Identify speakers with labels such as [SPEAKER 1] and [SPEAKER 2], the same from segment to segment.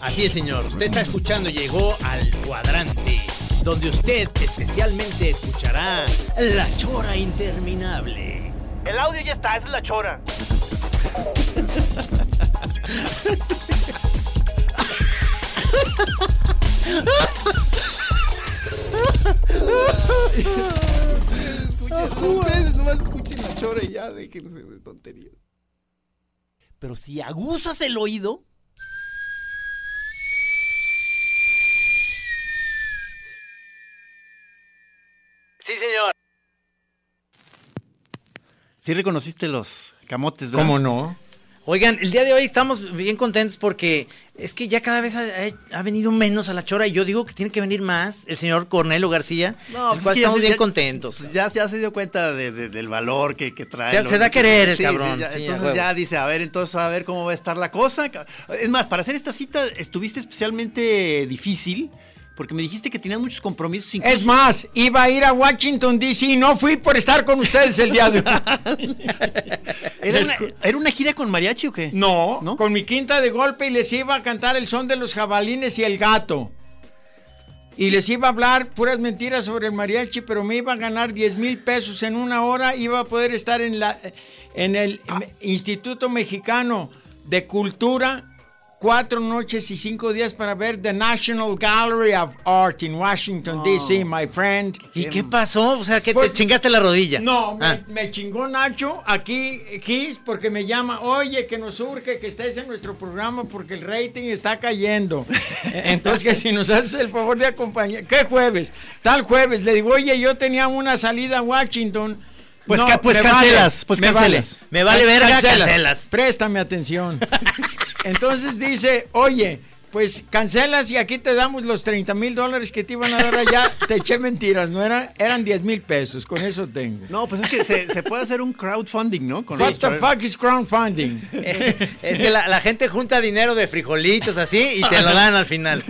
[SPEAKER 1] Así es, señor. Usted está escuchando, llegó al cuadrante, donde usted especialmente escuchará la chora interminable.
[SPEAKER 2] El audio ya está, esa es la Chora.
[SPEAKER 3] Ustedes nomás escuchen la chora y ya déjense de tonterías.
[SPEAKER 1] Pero si aguzas el oído.
[SPEAKER 2] Sí, señor.
[SPEAKER 4] Sí reconociste los camotes, ¿verdad?
[SPEAKER 5] ¿Cómo no?
[SPEAKER 4] Oigan, el día de hoy estamos bien contentos porque es que ya cada vez ha, ha- ha venido menos a la chora y yo digo que tiene que venir más el señor Cornelio García.
[SPEAKER 3] No, pues
[SPEAKER 4] el
[SPEAKER 3] es
[SPEAKER 4] cual
[SPEAKER 3] que ya
[SPEAKER 4] estamos
[SPEAKER 3] se-
[SPEAKER 4] bien
[SPEAKER 3] ya-
[SPEAKER 4] contentos.
[SPEAKER 3] Pues ya, ya se dio cuenta de- de- del valor que, que trae.
[SPEAKER 4] Se-
[SPEAKER 3] lo-
[SPEAKER 4] se da a querer el
[SPEAKER 3] Sí, sí,
[SPEAKER 4] cabrón,
[SPEAKER 3] ya,
[SPEAKER 4] sí, a
[SPEAKER 3] entonces
[SPEAKER 4] huevo.
[SPEAKER 3] ya dice, a ver, entonces a ver cómo va a estar la cosa. Es más, para hacer esta cita estuviste especialmente difícil porque me dijiste que tenías muchos compromisos. incluso-
[SPEAKER 5] Es más, iba a ir a Washington DC y no fui por estar con ustedes el día de hoy.
[SPEAKER 3] ¿Era
[SPEAKER 5] les
[SPEAKER 3] una,
[SPEAKER 5] cu-
[SPEAKER 3] era una gira con mariachi o qué?
[SPEAKER 5] No,
[SPEAKER 3] ¿No?
[SPEAKER 5] con mi quinta de golpe y les iba a cantar el son de los jabalines y el gato. Y les iba a hablar puras mentiras sobre el mariachi, pero me iba a ganar 10 mil pesos en una hora. Iba a poder estar en, la, en el Me- Instituto Mexicano de Cultura cuatro noches y cinco días para ver The National Gallery of Art in Washington, D.C., my friend.
[SPEAKER 4] ¿Y qué pasó? O sea, que te
[SPEAKER 5] Pues-
[SPEAKER 4] chingaste la rodilla.
[SPEAKER 5] No, me,
[SPEAKER 4] Ah,
[SPEAKER 5] me chingó Nacho aquí, Kiss, porque me llama, oye, que nos urge que estés en nuestro programa porque el rating está cayendo. Entonces, que si nos haces el favor de acompañar, ¿qué jueves? Tal jueves, le digo, oye, yo tenía una salida a Washington.
[SPEAKER 3] Pues ca- pues
[SPEAKER 5] me
[SPEAKER 3] cancelas, pues
[SPEAKER 5] me
[SPEAKER 3] cancelas.
[SPEAKER 4] Me vale verga, cancelas.
[SPEAKER 5] Préstame atención. Entonces dice, oye, pues cancelas y aquí te damos los 30 mil dólares que te iban a dar allá. te eché mentiras, no eran, eran 10 mil pesos, con eso tengo.
[SPEAKER 3] No, pues es que se, se puede hacer un crowdfunding, ¿no? Con
[SPEAKER 5] What
[SPEAKER 3] la
[SPEAKER 5] the
[SPEAKER 3] chora.
[SPEAKER 5] fuck is crowdfunding?
[SPEAKER 4] es que la, la gente junta dinero de frijolitos así y te lo dan al final.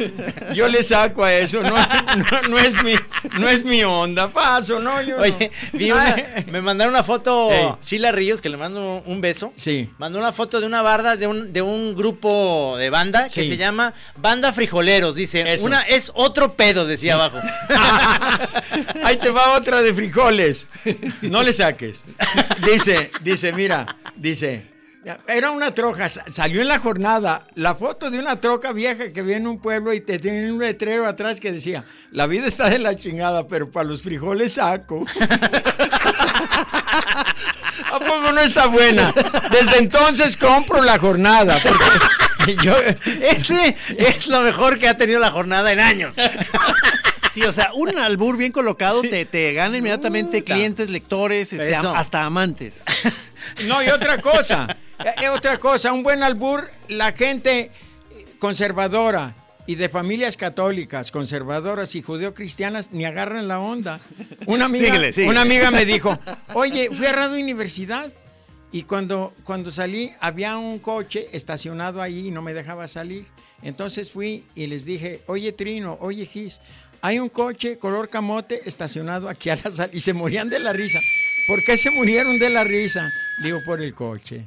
[SPEAKER 5] Yo le saco a eso, no, no, no es, mi, no es mi onda, paso, no, yo no. Ah.
[SPEAKER 4] Oye, vi una-
[SPEAKER 5] Ay,
[SPEAKER 4] me mandaron una foto,
[SPEAKER 5] Ey.
[SPEAKER 4] Sheila Ríos, que le mando un beso.
[SPEAKER 5] Sí.
[SPEAKER 4] Mandó una foto de una barda de un, de un grupo de banda que
[SPEAKER 5] Sí.
[SPEAKER 4] se llama Banda Frijoleros. Dice,
[SPEAKER 5] Eso.
[SPEAKER 4] una es otro pedo, decía abajo.
[SPEAKER 5] Ahí te va otra de frijoles. No le saques. Dice, dice, mira, dice. Era una troja, sa- salió en la jornada la foto de una troca vieja que viene en un pueblo y te tiene un letrero atrás que decía, la vida está de la chingada, pero para los frijoles saco. ¿A poco no está buena? Desde entonces compro la jornada. porque yo, este,
[SPEAKER 4] Ese es lo mejor que ha tenido la jornada en años.
[SPEAKER 3] Sí, o sea, un albur bien colocado te, te gana inmediatamente clientes, lectores, este,
[SPEAKER 4] Uh, Eso.
[SPEAKER 3] am- hasta amantes.
[SPEAKER 5] No, y otra cosa, eh, otra cosa, un buen albur, la gente conservadora y de familias católicas, conservadoras y judeocristianas ni agarran la onda. Una amiga,
[SPEAKER 3] Síguele, síguele.
[SPEAKER 5] Una amiga me dijo, oye, fui a Radio Universidad y cuando, cuando salí había un coche estacionado ahí y no me dejaba salir. Entonces fui y les dije, oye Trino, oye Gis, hay un coche color camote estacionado aquí a la sal y se morían de la risa. ¿Por qué se murieron de la risa? Digo, por el coche.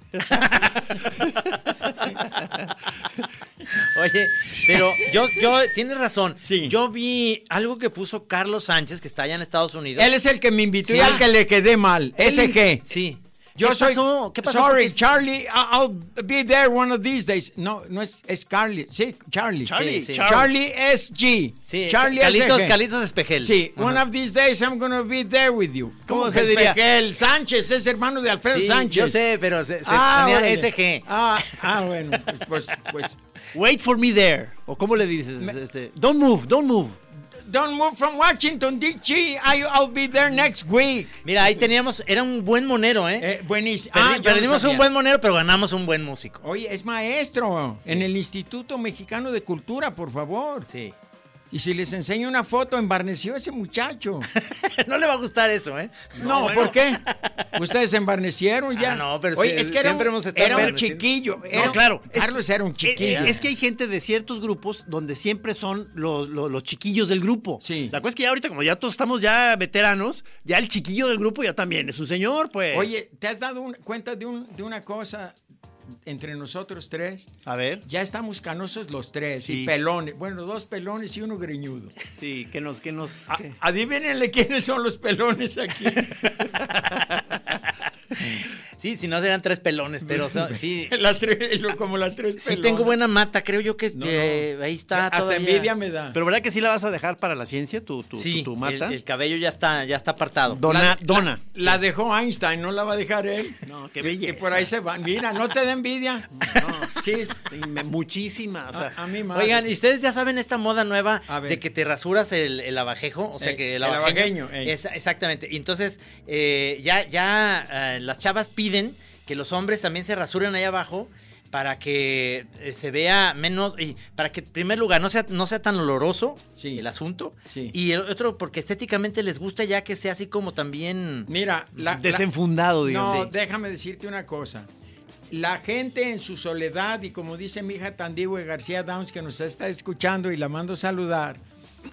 [SPEAKER 4] Oye, pero yo, yo, tienes razón.
[SPEAKER 5] Sí.
[SPEAKER 4] Yo vi algo que puso Carlos Sánchez, que está allá en Estados Unidos.
[SPEAKER 5] Él es el que me invitó y
[SPEAKER 4] Sí.
[SPEAKER 5] al que le quedé mal. SG.
[SPEAKER 4] Sí.
[SPEAKER 5] Yo
[SPEAKER 4] ¿Qué
[SPEAKER 5] soy.
[SPEAKER 4] pasó? ¿Qué pasó?
[SPEAKER 5] Sorry,
[SPEAKER 4] Porque-
[SPEAKER 5] Charlie. I- I'll be there one of these days. No, no es, es Carly. Sí, Charlie.
[SPEAKER 4] Charlie, Sí, sí.
[SPEAKER 5] Charlie SG.
[SPEAKER 4] Sí, eh,
[SPEAKER 5] Charlie
[SPEAKER 4] Carlitos,
[SPEAKER 5] SG.
[SPEAKER 4] Carlitos Espejel.
[SPEAKER 5] Sí,
[SPEAKER 4] Ajá.
[SPEAKER 5] one of these days I'm gonna be there with you.
[SPEAKER 3] ¿Cómo
[SPEAKER 5] Como
[SPEAKER 3] se diría?
[SPEAKER 5] Espejel. Sánchez es hermano de Alfredo
[SPEAKER 4] Sí,
[SPEAKER 5] Sánchez.
[SPEAKER 4] Yo sé, pero se, se
[SPEAKER 5] Ah,
[SPEAKER 4] ponía
[SPEAKER 5] órale.
[SPEAKER 4] SG.
[SPEAKER 5] Ah, ah, bueno. Pues, pues.
[SPEAKER 3] Wait for me there. ¿O cómo le dices? Este, don't move, don't move.
[SPEAKER 5] Don't move from Washington, D.C. I- I'll be there next week.
[SPEAKER 4] Mira, ahí teníamos, era un buen monero, ¿eh?
[SPEAKER 5] Eh, buenísimo.
[SPEAKER 4] Perdi-
[SPEAKER 5] Ah, yo no
[SPEAKER 4] perdimos un
[SPEAKER 5] sabía.
[SPEAKER 4] buen monero, pero ganamos un buen músico.
[SPEAKER 5] Oye, es maestro en el Instituto Mexicano de Cultura, por favor.
[SPEAKER 4] Sí.
[SPEAKER 5] Y si les enseño una foto, embarneció ese muchacho.
[SPEAKER 4] no le va a gustar eso, ¿eh?
[SPEAKER 5] No, ¿por qué? Ustedes se embarnecieron ya.
[SPEAKER 4] Ah, no, pero
[SPEAKER 5] Oye,
[SPEAKER 4] sí,
[SPEAKER 5] es que era
[SPEAKER 4] siempre
[SPEAKER 5] un,
[SPEAKER 4] hemos estado
[SPEAKER 5] era un
[SPEAKER 4] embarneciendo.
[SPEAKER 5] chiquillo.
[SPEAKER 4] No, claro. eh,
[SPEAKER 5] Carlos era un chiquillo.
[SPEAKER 3] Eh, Es que hay gente de ciertos grupos donde siempre son los, los- los chiquillos del grupo.
[SPEAKER 5] Sí.
[SPEAKER 3] La cosa es que ya ahorita, como ya todos estamos ya veteranos, ya el chiquillo del grupo ya también es un señor, pues.
[SPEAKER 5] Oye, ¿te has dado un- cuenta de, un- de una cosa entre nosotros tres?
[SPEAKER 3] A ver.
[SPEAKER 5] Ya estamos canosos los tres
[SPEAKER 3] Sí.
[SPEAKER 5] y pelones. Bueno, dos pelones y uno greñudo.
[SPEAKER 3] Sí, que nos, que nos.
[SPEAKER 4] Ah,
[SPEAKER 5] A-
[SPEAKER 3] que-
[SPEAKER 5] Adivínenle quiénes son los pelones aquí.
[SPEAKER 4] Sí, si no serán tres pelones, pero o sea, sí.
[SPEAKER 5] Las tres- lo- como las tres
[SPEAKER 4] Sí
[SPEAKER 5] pelones.
[SPEAKER 4] tengo buena mata, creo yo que,
[SPEAKER 5] No,
[SPEAKER 4] que
[SPEAKER 5] no.
[SPEAKER 4] ahí está
[SPEAKER 5] Hasta
[SPEAKER 4] todavía.
[SPEAKER 5] envidia me da.
[SPEAKER 3] Pero ¿verdad que sí la vas a dejar para la ciencia, tu, tu,
[SPEAKER 4] Sí,
[SPEAKER 3] tu, tu mata?
[SPEAKER 4] El, el cabello ya está, ya está apartado.
[SPEAKER 3] Dona,
[SPEAKER 5] La-
[SPEAKER 3] dona.
[SPEAKER 5] La, la dejó Einstein, no la va a dejar él.
[SPEAKER 3] No, qué
[SPEAKER 5] Y-
[SPEAKER 3] belleza.
[SPEAKER 5] Y por ahí se van. Mira, no te da envidia.
[SPEAKER 3] No.
[SPEAKER 5] Sí, es-
[SPEAKER 3] Sí, me- muchísima. O sea,
[SPEAKER 5] a, a mí más.
[SPEAKER 4] Oigan, ¿y ustedes ya saben esta moda nueva
[SPEAKER 5] A ver.
[SPEAKER 4] de que te rasuras el, el abajejo? O sea,
[SPEAKER 5] Eh,
[SPEAKER 4] que
[SPEAKER 5] el
[SPEAKER 4] el abajeño.
[SPEAKER 5] abajeño, eh.
[SPEAKER 4] Es- exactamente. Y Entonces, eh, ya, ya eh, las chavas piden que los hombres también se rasuren ahí abajo para que eh, se vea menos, y para que en primer lugar no sea, no sea tan oloroso
[SPEAKER 5] Sí.
[SPEAKER 4] el asunto.
[SPEAKER 5] Sí.
[SPEAKER 4] Y el otro, porque estéticamente les gusta ya que sea así como también...
[SPEAKER 5] Mira, la, la-
[SPEAKER 3] desenfundado, digamos.
[SPEAKER 5] No,
[SPEAKER 3] Sí.
[SPEAKER 5] déjame decirte una cosa. La gente en su soledad, y como dice mi hija Tandigüe García Downs, que nos está escuchando y la mando saludar,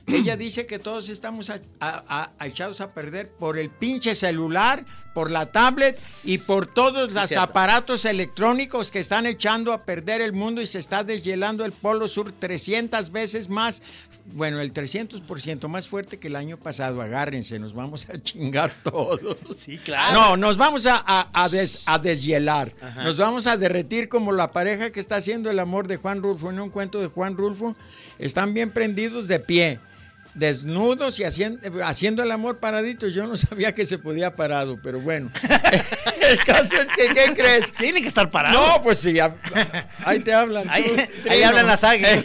[SPEAKER 5] ella dice que todos estamos a- a- a- echados a perder por el pinche celular, por la tablet y por todos los
[SPEAKER 4] cierto.
[SPEAKER 5] aparatos electrónicos que están echando a perder el mundo y se está deshielando el Polo Sur 300 veces más. Bueno, el 300% más fuerte que el año pasado. Agárrense, nos vamos a chingar todos.
[SPEAKER 4] Sí, claro.
[SPEAKER 5] No, nos vamos a, a- a des- a deshielar. Nos vamos a derretir como la pareja que está haciendo el amor de Juan Rulfo. En un cuento de Juan Rulfo están bien prendidos de pie, desnudos y hacien- haciendo, el amor paraditos. Yo no sabía que se podía parado, pero bueno. el caso es que, ¿qué crees?
[SPEAKER 3] Tiene que estar parado.
[SPEAKER 5] No, pues sí, a- ahí te hablan. tú,
[SPEAKER 4] Ahí- ahí
[SPEAKER 5] Trino.
[SPEAKER 4] hablan las águilas.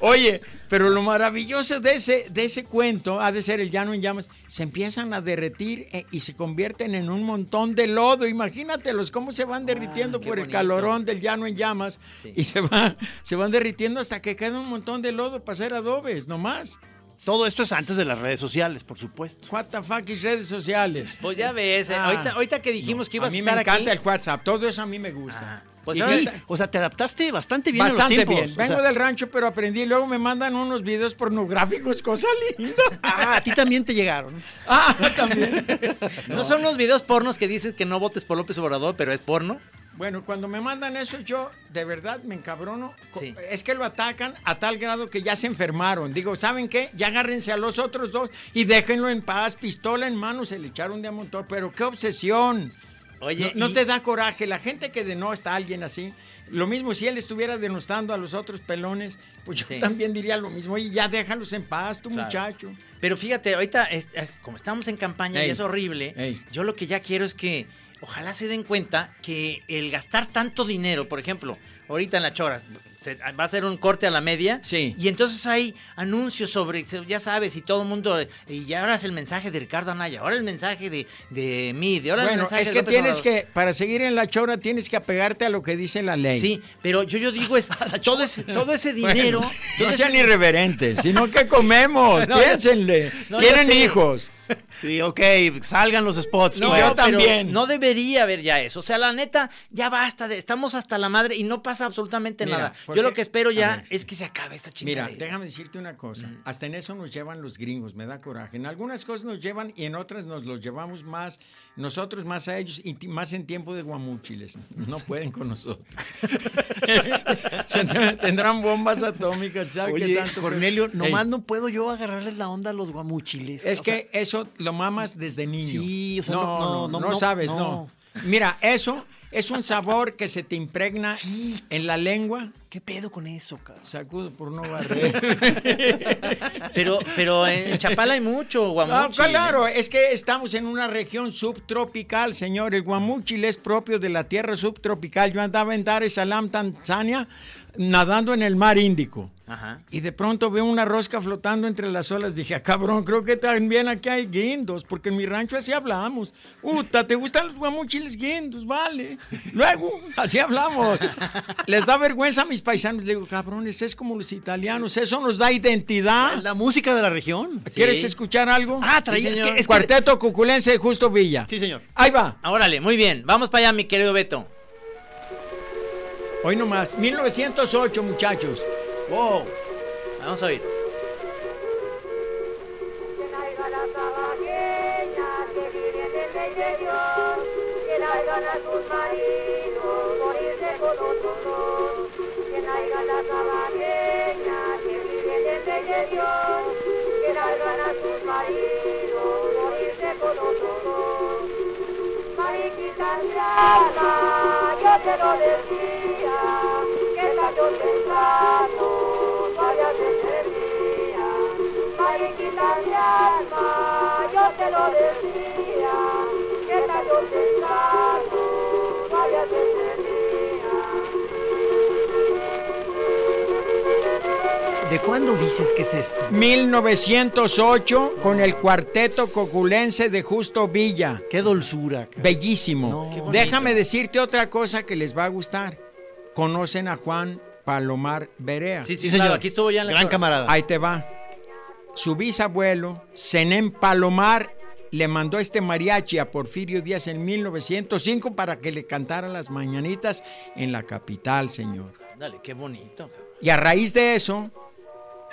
[SPEAKER 5] Oye, pero lo maravilloso de ese, de ese cuento, ha de ser el llano en llamas, se empiezan a derretir eh, y se convierten en un montón de lodo. Imagínatelos cómo se van derritiendo
[SPEAKER 4] Ah, qué
[SPEAKER 5] por el
[SPEAKER 4] bonito.
[SPEAKER 5] calorón del llano en llamas
[SPEAKER 4] Sí.
[SPEAKER 5] y se, va, se van derritiendo hasta que queda un montón de lodo para hacer adobes, nomás.
[SPEAKER 3] Todo esto es antes de las redes sociales, por supuesto.
[SPEAKER 5] What the fuck is redes sociales.
[SPEAKER 4] Pues ya ves, eh,
[SPEAKER 5] Ah,
[SPEAKER 4] ahorita, ahorita que dijimos que ibas
[SPEAKER 5] a mí
[SPEAKER 4] a estar
[SPEAKER 5] me encanta
[SPEAKER 4] aquí.
[SPEAKER 5] el WhatsApp, todo eso a mí me gusta.
[SPEAKER 4] Ah, pues
[SPEAKER 5] Y
[SPEAKER 4] ahora-
[SPEAKER 5] fíjate-
[SPEAKER 3] o sea, te adaptaste bastante bien
[SPEAKER 5] Bastante
[SPEAKER 3] a los tiempos.
[SPEAKER 5] bien.
[SPEAKER 3] O
[SPEAKER 5] Vengo
[SPEAKER 3] sea,
[SPEAKER 5] del rancho, pero aprendí. Luego me mandan unos videos pornográficos, cosa linda.
[SPEAKER 3] Ah, a ti también te llegaron.
[SPEAKER 5] Ah, también.
[SPEAKER 4] No. son los videos pornos que dices que no votes por López Obrador, pero es porno.
[SPEAKER 5] Bueno, cuando me mandan eso, yo de verdad me encabrono. Co-
[SPEAKER 4] Sí.
[SPEAKER 5] Es que lo atacan a tal grado que ya se enfermaron. Digo, ¿saben qué? Ya agárrense a los otros dos y déjenlo en paz. Pistola en mano, se le echaron de a montón. Pero qué obsesión.
[SPEAKER 4] Oye,
[SPEAKER 5] no, no
[SPEAKER 4] y-
[SPEAKER 5] te da coraje. La gente que denosta a alguien así. Lo mismo si él estuviera denostando a los otros pelones, pues yo
[SPEAKER 4] Sí.
[SPEAKER 5] también diría lo mismo. Oye, ya déjalos en paz, tú
[SPEAKER 4] Claro.
[SPEAKER 5] muchacho.
[SPEAKER 4] Pero fíjate, ahorita, es- es- como estamos en campaña
[SPEAKER 5] Ey,
[SPEAKER 4] y es horrible,
[SPEAKER 5] ey.
[SPEAKER 4] yo lo que ya quiero es que ojalá se den cuenta que el gastar tanto dinero, por ejemplo, ahorita en la chora, se- va a ser un corte a la media.
[SPEAKER 5] Sí.
[SPEAKER 4] Y entonces hay anuncios sobre, se- ya sabes, y todo el mundo. Y ahora es el mensaje de Ricardo Anaya, ahora el mensaje de, de mí, de ahora el
[SPEAKER 5] Bueno,
[SPEAKER 4] mensaje
[SPEAKER 5] es
[SPEAKER 4] de
[SPEAKER 5] que
[SPEAKER 4] López
[SPEAKER 5] tienes
[SPEAKER 4] Obrador.
[SPEAKER 5] que, para seguir en la chora, tienes que apegarte a lo que dice la ley.
[SPEAKER 4] Sí, pero yo, yo digo, es, todo, ese, todo ese
[SPEAKER 5] Bueno,
[SPEAKER 4] dinero. todo
[SPEAKER 5] no
[SPEAKER 4] ese
[SPEAKER 5] sean irreverentes, sino que comemos,
[SPEAKER 4] No, yo-
[SPEAKER 5] piénsenle.
[SPEAKER 4] No, yo
[SPEAKER 5] Tienen
[SPEAKER 4] sé.
[SPEAKER 5] hijos.
[SPEAKER 3] Sí, ok, salgan los spots.
[SPEAKER 5] No,
[SPEAKER 3] pues.
[SPEAKER 5] yo
[SPEAKER 4] pero
[SPEAKER 5] también.
[SPEAKER 4] No debería haber ya eso. O sea, la neta, ya basta. de- estamos hasta la madre y no pasa absolutamente
[SPEAKER 5] Mira,
[SPEAKER 4] nada.
[SPEAKER 5] porque-
[SPEAKER 4] Yo lo que espero
[SPEAKER 5] a
[SPEAKER 4] ya
[SPEAKER 5] ver.
[SPEAKER 4] es que se acabe esta
[SPEAKER 5] Mira,
[SPEAKER 4] chingadera.
[SPEAKER 5] déjame decirte una cosa.
[SPEAKER 4] Mm.
[SPEAKER 5] Hasta en eso nos llevan los gringos, me da coraje. En algunas cosas nos llevan y en otras nos los llevamos más, nosotros más a ellos y ti- más en tiempo de guamúchiles. No pueden con nosotros. Se te- Tendrán bombas atómicas, ¿sabes qué
[SPEAKER 3] Oye,
[SPEAKER 5] tanto?
[SPEAKER 3] Cornelio,
[SPEAKER 5] Ey,
[SPEAKER 3] nomás no puedo yo agarrarles la onda a los guamuchiles.
[SPEAKER 5] Es
[SPEAKER 3] O sea,
[SPEAKER 5] que eso lo mamas desde niño.
[SPEAKER 3] Sí, o sea,
[SPEAKER 5] no,
[SPEAKER 3] no-
[SPEAKER 5] no,
[SPEAKER 3] no,
[SPEAKER 5] no,
[SPEAKER 3] no, no,
[SPEAKER 5] sabes, no.
[SPEAKER 3] no.
[SPEAKER 5] Mira, eso es un sabor que se te impregna
[SPEAKER 3] Sí.
[SPEAKER 5] en la lengua.
[SPEAKER 3] ¿qué pedo con eso, cabrón?
[SPEAKER 5] Sacudo por no barrer.
[SPEAKER 4] Pero, pero en Chapala hay mucho,
[SPEAKER 5] Ah,
[SPEAKER 4] guamuchi.
[SPEAKER 5] claro, es que estamos en una región subtropical, señor. El guamúchil es propio de la tierra subtropical. Yo andaba en Dar es Salaam, Tanzania, nadando en el mar Índico.
[SPEAKER 4] Ajá.
[SPEAKER 5] Y de pronto veo una rosca flotando entre las olas. Dije, "Ah, cabrón, creo que también aquí hay guindos, porque en mi rancho así hablamos. Uta, ¿te gustan los guamúchiles guindos? Vale. Luego, así hablamos. Les da vergüenza a mis paisanos. Le digo, cabrones, es como los italianos, eso nos da identidad.
[SPEAKER 3] La música de la región.
[SPEAKER 5] ¿Quieres
[SPEAKER 4] Sí.
[SPEAKER 5] escuchar algo?
[SPEAKER 3] Ah, traía-
[SPEAKER 4] Sí,
[SPEAKER 3] es
[SPEAKER 4] señor.
[SPEAKER 3] que- es que-
[SPEAKER 5] Cuarteto Cuculense de Justo Villa.
[SPEAKER 3] Sí, señor.
[SPEAKER 5] Ahí va.
[SPEAKER 4] Ah, Órale, muy bien. Vamos para allá, mi querido Beto.
[SPEAKER 5] Hoy nomás. 1908, muchachos.
[SPEAKER 3] Wow.
[SPEAKER 4] Vamos a oír.
[SPEAKER 6] Que naiga la tabaqueña que vive en el rey de Dios, que naiga la submarino, morirse con otro dos. Que naiga la tabaqueña que vive en el rey de Dios, que naiga la submarino, morirse con otro dos. Mariquita anciana, yo te lo decía, que la yo pensando, vaya a día. Mariquita anciana, yo te lo decía, que la yo pensando, vaya a día.
[SPEAKER 3] ¿De cuándo dices que es esto?
[SPEAKER 5] 1908 con el Cuarteto Cuculense de Justo Villa.
[SPEAKER 3] Qué dulzura, cabrón.
[SPEAKER 5] Bellísimo.
[SPEAKER 3] No. Qué bonito.
[SPEAKER 5] Déjame decirte otra cosa que les va a gustar. Conocen a Juan Palomar Berea.
[SPEAKER 4] Sí, sí,
[SPEAKER 3] Sí,
[SPEAKER 4] claro,
[SPEAKER 3] señor.
[SPEAKER 4] aquí estuvo ya en la
[SPEAKER 3] Gran
[SPEAKER 4] chora.
[SPEAKER 3] camarada.
[SPEAKER 5] Ahí te va. Su bisabuelo, Zenén Palomar, le mandó este mariachi a Porfirio Díaz en 1905 para que le cantara las mañanitas en la capital, señor.
[SPEAKER 4] Dale, qué bonito.
[SPEAKER 5] Y a raíz de eso,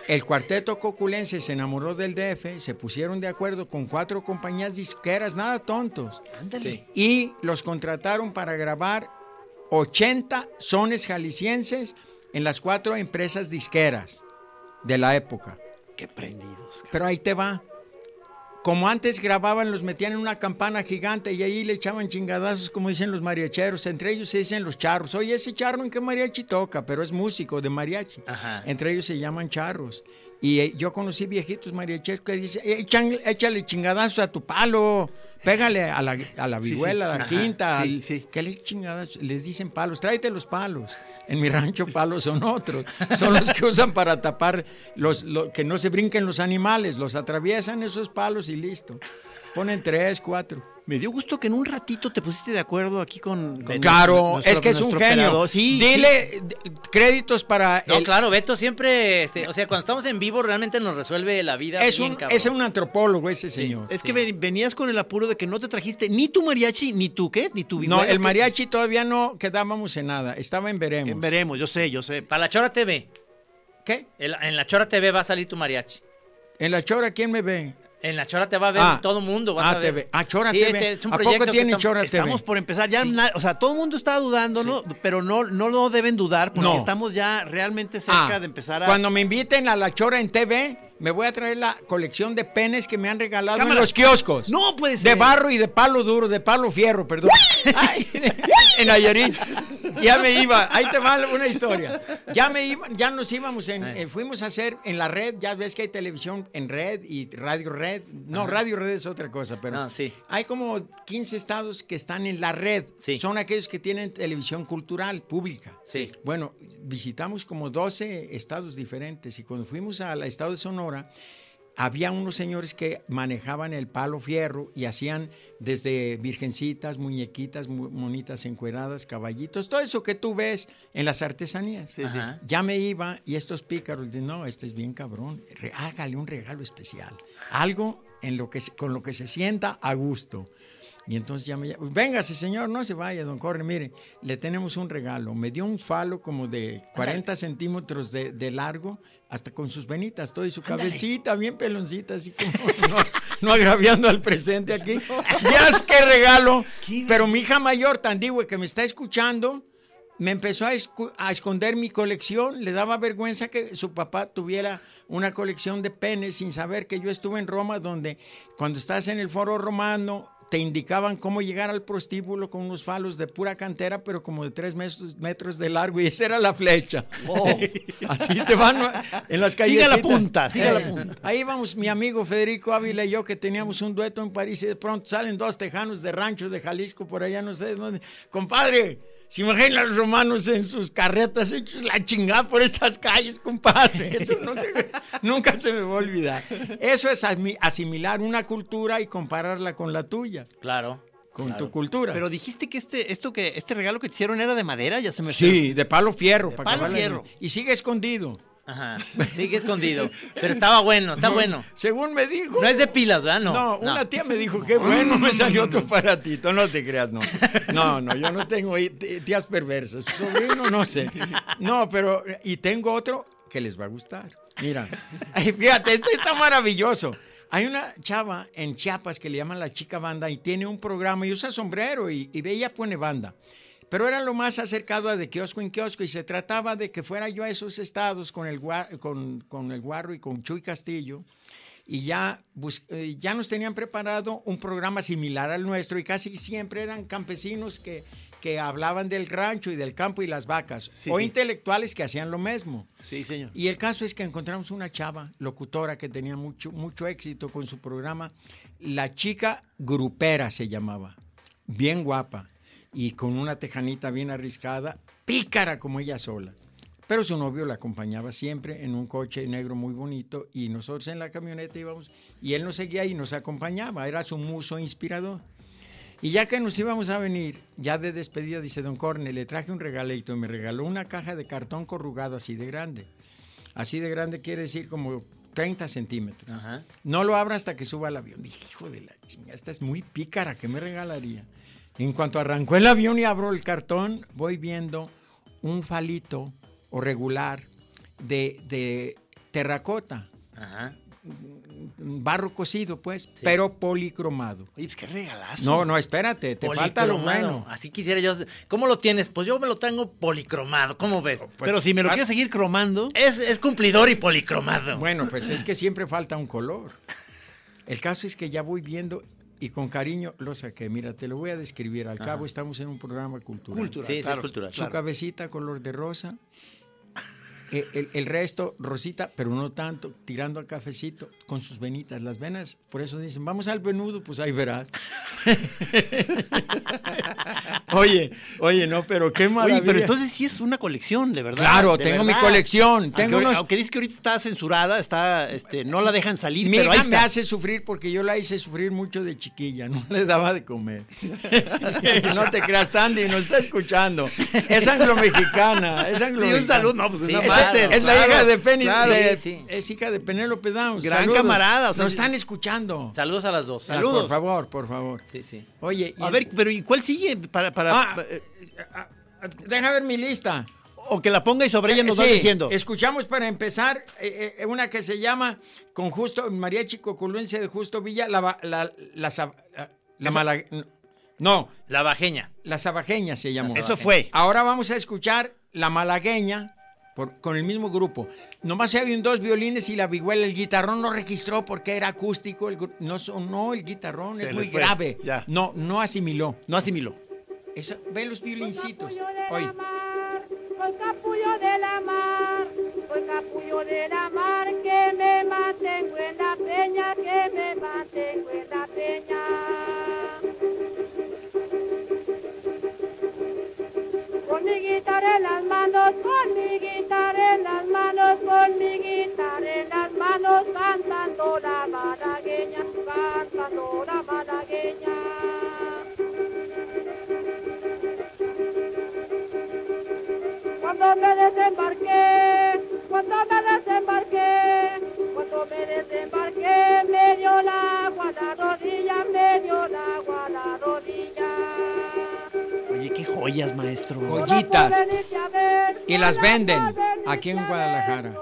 [SPEAKER 5] el cuarteto coculense se enamoró del DF, se pusieron de acuerdo con cuatro compañías disqueras, nada tontos,
[SPEAKER 3] Ándale.
[SPEAKER 5] y los contrataron para grabar 80 sones jaliscienses en las cuatro empresas disqueras de la época.
[SPEAKER 3] Qué prendidos.
[SPEAKER 5] Pero ahí te va. Como antes grababan, los metían en una campana gigante y ahí le echaban chingadazos, como dicen los mariacheros. Entre ellos se dicen los charros. Oye, ese charro en qué mariachi toca, pero es músico de mariachi.
[SPEAKER 4] Ajá.
[SPEAKER 5] Entre ellos se llaman charros. Y eh, yo conocí viejitos mariacheros que dicen, "Eh, "Echan- échale chingadazos a tu palo, pégale a la, a la
[SPEAKER 3] Sí, sí,
[SPEAKER 5] vihuela, a la
[SPEAKER 3] sí, ajá,
[SPEAKER 5] quinta.
[SPEAKER 3] sí,
[SPEAKER 5] al-
[SPEAKER 3] sí.
[SPEAKER 5] ¿Qué le chingadas? Les dicen palos, tráete los palos. En mi rancho palos son otros. Son los que usan para tapar los, lo- que no se brinquen los animales. Los atraviesan esos palos y listo. Ponen tres, cuatro.
[SPEAKER 3] Me dio gusto que en un ratito te pusiste de acuerdo aquí con. con
[SPEAKER 5] Claro,
[SPEAKER 3] nuestro-
[SPEAKER 5] es que es un
[SPEAKER 3] nuestro
[SPEAKER 5] genio.
[SPEAKER 3] operador. Sí, sí.
[SPEAKER 5] Dile d- créditos para
[SPEAKER 4] No,
[SPEAKER 5] el-
[SPEAKER 4] claro, Beto siempre, este, o sea, cuando estamos en vivo realmente nos resuelve la vida
[SPEAKER 5] Es
[SPEAKER 4] bien,
[SPEAKER 5] un,
[SPEAKER 4] cabrón.
[SPEAKER 5] es un antropólogo ese señor.
[SPEAKER 3] Es que ven- venías con el apuro de que no te trajiste ni tu mariachi, ni tu qué, ni tu
[SPEAKER 5] No,
[SPEAKER 3] vihuela,
[SPEAKER 5] el
[SPEAKER 3] ¿qué?
[SPEAKER 5] mariachi todavía no quedábamos en nada. Estaba en veremos.
[SPEAKER 3] En veremos, yo sé, yo sé.
[SPEAKER 4] Para la Chora TV.
[SPEAKER 5] ¿Qué?
[SPEAKER 4] El- en la Chora TV va a salir tu mariachi.
[SPEAKER 5] En la chora, ¿quién me ve?
[SPEAKER 4] En la Chora te va a ver
[SPEAKER 5] Ah.
[SPEAKER 4] todo mundo, vas
[SPEAKER 5] Ah,
[SPEAKER 4] a ver.
[SPEAKER 5] TV. Ah, Chora
[SPEAKER 4] Sí,
[SPEAKER 5] TV.
[SPEAKER 4] este es un
[SPEAKER 5] ¿A poco
[SPEAKER 4] proyecto que
[SPEAKER 5] tiene
[SPEAKER 4] estamos-
[SPEAKER 5] Chora TV?
[SPEAKER 3] Estamos por empezar, ya, na- o sea, todo el mundo está dudando, ¿no? pero no, no lo deben dudar porque
[SPEAKER 5] No.
[SPEAKER 3] estamos ya realmente cerca
[SPEAKER 5] Ah,
[SPEAKER 3] de empezar a...
[SPEAKER 5] Cuando me inviten a la chora en TV, me voy a traer la colección de penes que me han regalado en
[SPEAKER 3] Cámara.
[SPEAKER 5] los kioscos.
[SPEAKER 3] No puede
[SPEAKER 5] De
[SPEAKER 3] ser.
[SPEAKER 4] eh.
[SPEAKER 5] barro y de palo duro, de palo fierro, perdón. Ay, en Nayarit. Ya me iba, ahí te va una historia. Ya me iba, ya nos íbamos en, eh, fuimos a hacer en la red, ya ves que hay televisión en red y radio red. No, radio red es otra cosa, pero
[SPEAKER 4] Ah, sí.
[SPEAKER 5] hay como 15 estados que están en la red.
[SPEAKER 4] Sí.
[SPEAKER 5] Son aquellos que tienen televisión cultural pública.
[SPEAKER 4] Sí.
[SPEAKER 5] Bueno, visitamos como 12 estados diferentes y cuando fuimos al estado de Sonora, había unos señores que manejaban el palo fierro y hacían desde virgencitas, muñequitas, mu- monitas encueradas, caballitos, todo eso que tú ves en las artesanías.
[SPEAKER 3] Sí, sí.
[SPEAKER 4] Ajá.
[SPEAKER 5] Ya me iba y estos pícaros dicen, no, este es bien cabrón, re- hágale un regalo especial, algo en lo que, se- con lo que se sienta a gusto. Y entonces ya me llama, véngase señor, no se vaya, don Corre, mire, le tenemos un regalo. Me dio un falo como de 40 centímetros de, de largo, hasta con sus venitas, todo y su cabecita, bien peloncita, así como no, no agraviando al presente aquí. Ya es que regalo. Pero mi hija mayor, tan digua, que me está escuchando, me empezó a, escu- a esconder mi colección. Le daba vergüenza que su papá tuviera una colección de penes sin saber que yo estuve en Roma, donde cuando estás en el foro romano te indicaban cómo llegar al prostíbulo con unos falos de pura cantera, pero como de tres mes- metros de largo, y esa era la flecha. Así te van en las Eh, calles.
[SPEAKER 3] Siga Oh. la punta, siga la punta.
[SPEAKER 5] Ahí vamos mi amigo Federico Ávila y yo que teníamos un dueto en París y de pronto salen dos tejanos de ranchos de Jalisco por allá, no sé dónde. Compadre, se imaginan los romanos en sus carretas hechos la chingada por estas calles, compadre. Eso no se me- nunca se me va a olvidar. Eso es asmi- asimilar una cultura y compararla con la tuya,
[SPEAKER 4] Claro.
[SPEAKER 5] con tu cultura.
[SPEAKER 3] Pero dijiste que este, esto que, este regalo que te hicieron era de madera, ya se me
[SPEAKER 5] sí, de palo fierro.
[SPEAKER 3] De
[SPEAKER 5] para
[SPEAKER 3] palo
[SPEAKER 5] acabarla de-
[SPEAKER 3] fierro.
[SPEAKER 5] Y sigue escondido.
[SPEAKER 4] Ajá. Sigue escondido. Pero estaba bueno, está bueno.
[SPEAKER 5] Según me dijo.
[SPEAKER 4] No es de pilas, ¿verdad? No.
[SPEAKER 5] No, una tía me dijo, qué bueno, me salió otro aparatito. No te creas, no. No, no, yo no tengo ahí t- tías perversas. Sobrino, no sé. No, pero, y tengo otro que les va a gustar. Mira, ay, fíjate, este está maravilloso. Hay una chava en Chiapas que le llaman la chica banda y tiene un programa y usa sombrero y, y ella pone banda. Pero era lo más acercado a de kiosco en kiosco y se trataba de que fuera yo a esos estados con el, gua- con, con el Guarro y con Chuy Castillo y ya, bus- eh, ya nos tenían preparado un programa similar al nuestro y casi siempre eran campesinos que, que hablaban del rancho y del campo y las vacas
[SPEAKER 3] Sí,
[SPEAKER 5] o
[SPEAKER 3] sí.
[SPEAKER 5] intelectuales que hacían lo mismo.
[SPEAKER 3] Sí, señor.
[SPEAKER 5] Y el caso es que encontramos una chava, locutora, que tenía mucho, mucho éxito con su programa. La chica grupera se llamaba, bien guapa y con una tejanita bien arriscada, pícara como ella sola. Pero su novio la acompañaba siempre en un coche negro muy bonito y nosotros en la camioneta íbamos y él nos seguía y nos acompañaba, era su muso inspirador. Y ya que nos íbamos a venir, ya de despedida, dice Don Corne, le traje un regalito y me regaló una caja de cartón corrugado así de grande. Así de grande quiere decir como 30 centímetros.
[SPEAKER 4] Ajá.
[SPEAKER 5] No lo abra hasta que suba al avión. Dije, hijo de la chinga, esta es muy pícara, ¿qué me regalaría? En cuanto arrancó el avión y abro el cartón, voy viendo un falito o regular de, de terracota,
[SPEAKER 4] Ajá.
[SPEAKER 5] barro cocido, pues, pero policromado.
[SPEAKER 3] Oye, pues qué
[SPEAKER 4] Ah,
[SPEAKER 3] regalazo.
[SPEAKER 5] No, no, espérate, te falta lo bueno.
[SPEAKER 4] Así quisiera yo. ¿Cómo lo tienes? Pues yo me lo tengo policromado. ¿Cómo ves?
[SPEAKER 5] pues,
[SPEAKER 3] Pero si me
[SPEAKER 5] ah.
[SPEAKER 4] ah,
[SPEAKER 3] lo quieres seguir cromando.
[SPEAKER 4] Es, es cumplidor y policromado.
[SPEAKER 5] Bueno, pues es que siempre falta un color. El caso es que ya voy viendo y con cariño lo saqué. Mira, te lo voy a describir. Al cabo estamos en un programa cultural.
[SPEAKER 3] Cultural,
[SPEAKER 4] Sí, sí,
[SPEAKER 3] claro,
[SPEAKER 4] es cultural.
[SPEAKER 5] Su cabecita color de rosa. Eh, El, el resto, rosita, pero no tanto, tirando al cafecito con sus venitas. Las venas, por eso dicen, vamos al venudo, pues ahí verás. oye, oye, no, pero qué maravilla.
[SPEAKER 3] Oye, pero entonces sí es una colección, de verdad.
[SPEAKER 5] Claro,
[SPEAKER 3] de
[SPEAKER 5] tengo mi
[SPEAKER 3] verdad.
[SPEAKER 5] colección,
[SPEAKER 3] Aunque,
[SPEAKER 5] tengo unos-
[SPEAKER 3] aunque dices que ahorita está censurada, está, este, no la dejan salir,
[SPEAKER 5] Mi
[SPEAKER 3] pero ahí
[SPEAKER 5] hija me
[SPEAKER 3] está.
[SPEAKER 5] hace sufrir porque yo la hice sufrir mucho de chiquilla, no le daba de comer. no te creas, Tandy, nos está escuchando. Es anglo-mexicana, es anglo
[SPEAKER 3] Sí, un saludo, no, pues
[SPEAKER 4] Sí,
[SPEAKER 3] una
[SPEAKER 5] es,
[SPEAKER 3] más.
[SPEAKER 5] este, es la
[SPEAKER 3] Claro,
[SPEAKER 5] hija de Penny,
[SPEAKER 3] claro.
[SPEAKER 5] de-
[SPEAKER 4] sí, sí.
[SPEAKER 5] es hija de Penélope Down.
[SPEAKER 3] Gran camarada, o sea,
[SPEAKER 5] nos
[SPEAKER 3] sí.
[SPEAKER 5] están escuchando.
[SPEAKER 4] Saludos a las dos.
[SPEAKER 5] Ah,
[SPEAKER 3] Saludos.
[SPEAKER 5] Por favor, por favor.
[SPEAKER 4] Sí, sí.
[SPEAKER 5] Oye, y-
[SPEAKER 3] A ver, eh, pero ¿y cuál sigue? Para, para,
[SPEAKER 5] Ah, deja ver mi lista.
[SPEAKER 3] o que la ponga y sobre ella nos va
[SPEAKER 5] Sí,
[SPEAKER 3] diciendo.
[SPEAKER 5] Escuchamos para empezar eh, eh, una que se llama con Justo María Chico de Justo Villa, la va- la la, sab- la, mala- no,
[SPEAKER 4] La bajeña.
[SPEAKER 5] la sabajeña se llamó.
[SPEAKER 3] Eso fue.
[SPEAKER 5] Ahora vamos a escuchar la malagueña por- con el mismo grupo. Nomás se habían dos violines y la vihuela, el guitarrón no registró porque era acústico, el gru- no sonó el guitarrón,
[SPEAKER 3] Se
[SPEAKER 5] es
[SPEAKER 3] les
[SPEAKER 5] muy
[SPEAKER 3] fue,
[SPEAKER 5] grave.
[SPEAKER 3] ya.
[SPEAKER 5] No, no asimiló.
[SPEAKER 3] No asimiló.
[SPEAKER 5] Eso, ve los violincitos.
[SPEAKER 6] Capullo de
[SPEAKER 5] Oye.
[SPEAKER 6] la mar, soy capullo de la mar, soy capullo de la mar, que me mantengo en la peña, que me mantengo en la peña. Con mi guitarra en las manos, con mi guitarra en las manos, con mi guitarra en las manos, cantando la malagueña, cantando la malagueña. cuando me desembarqué, cuando me desembarqué, cuando me desembarqué, me dio la
[SPEAKER 3] joyas, maestro.
[SPEAKER 5] joyitas y las venden aquí en Guadalajara.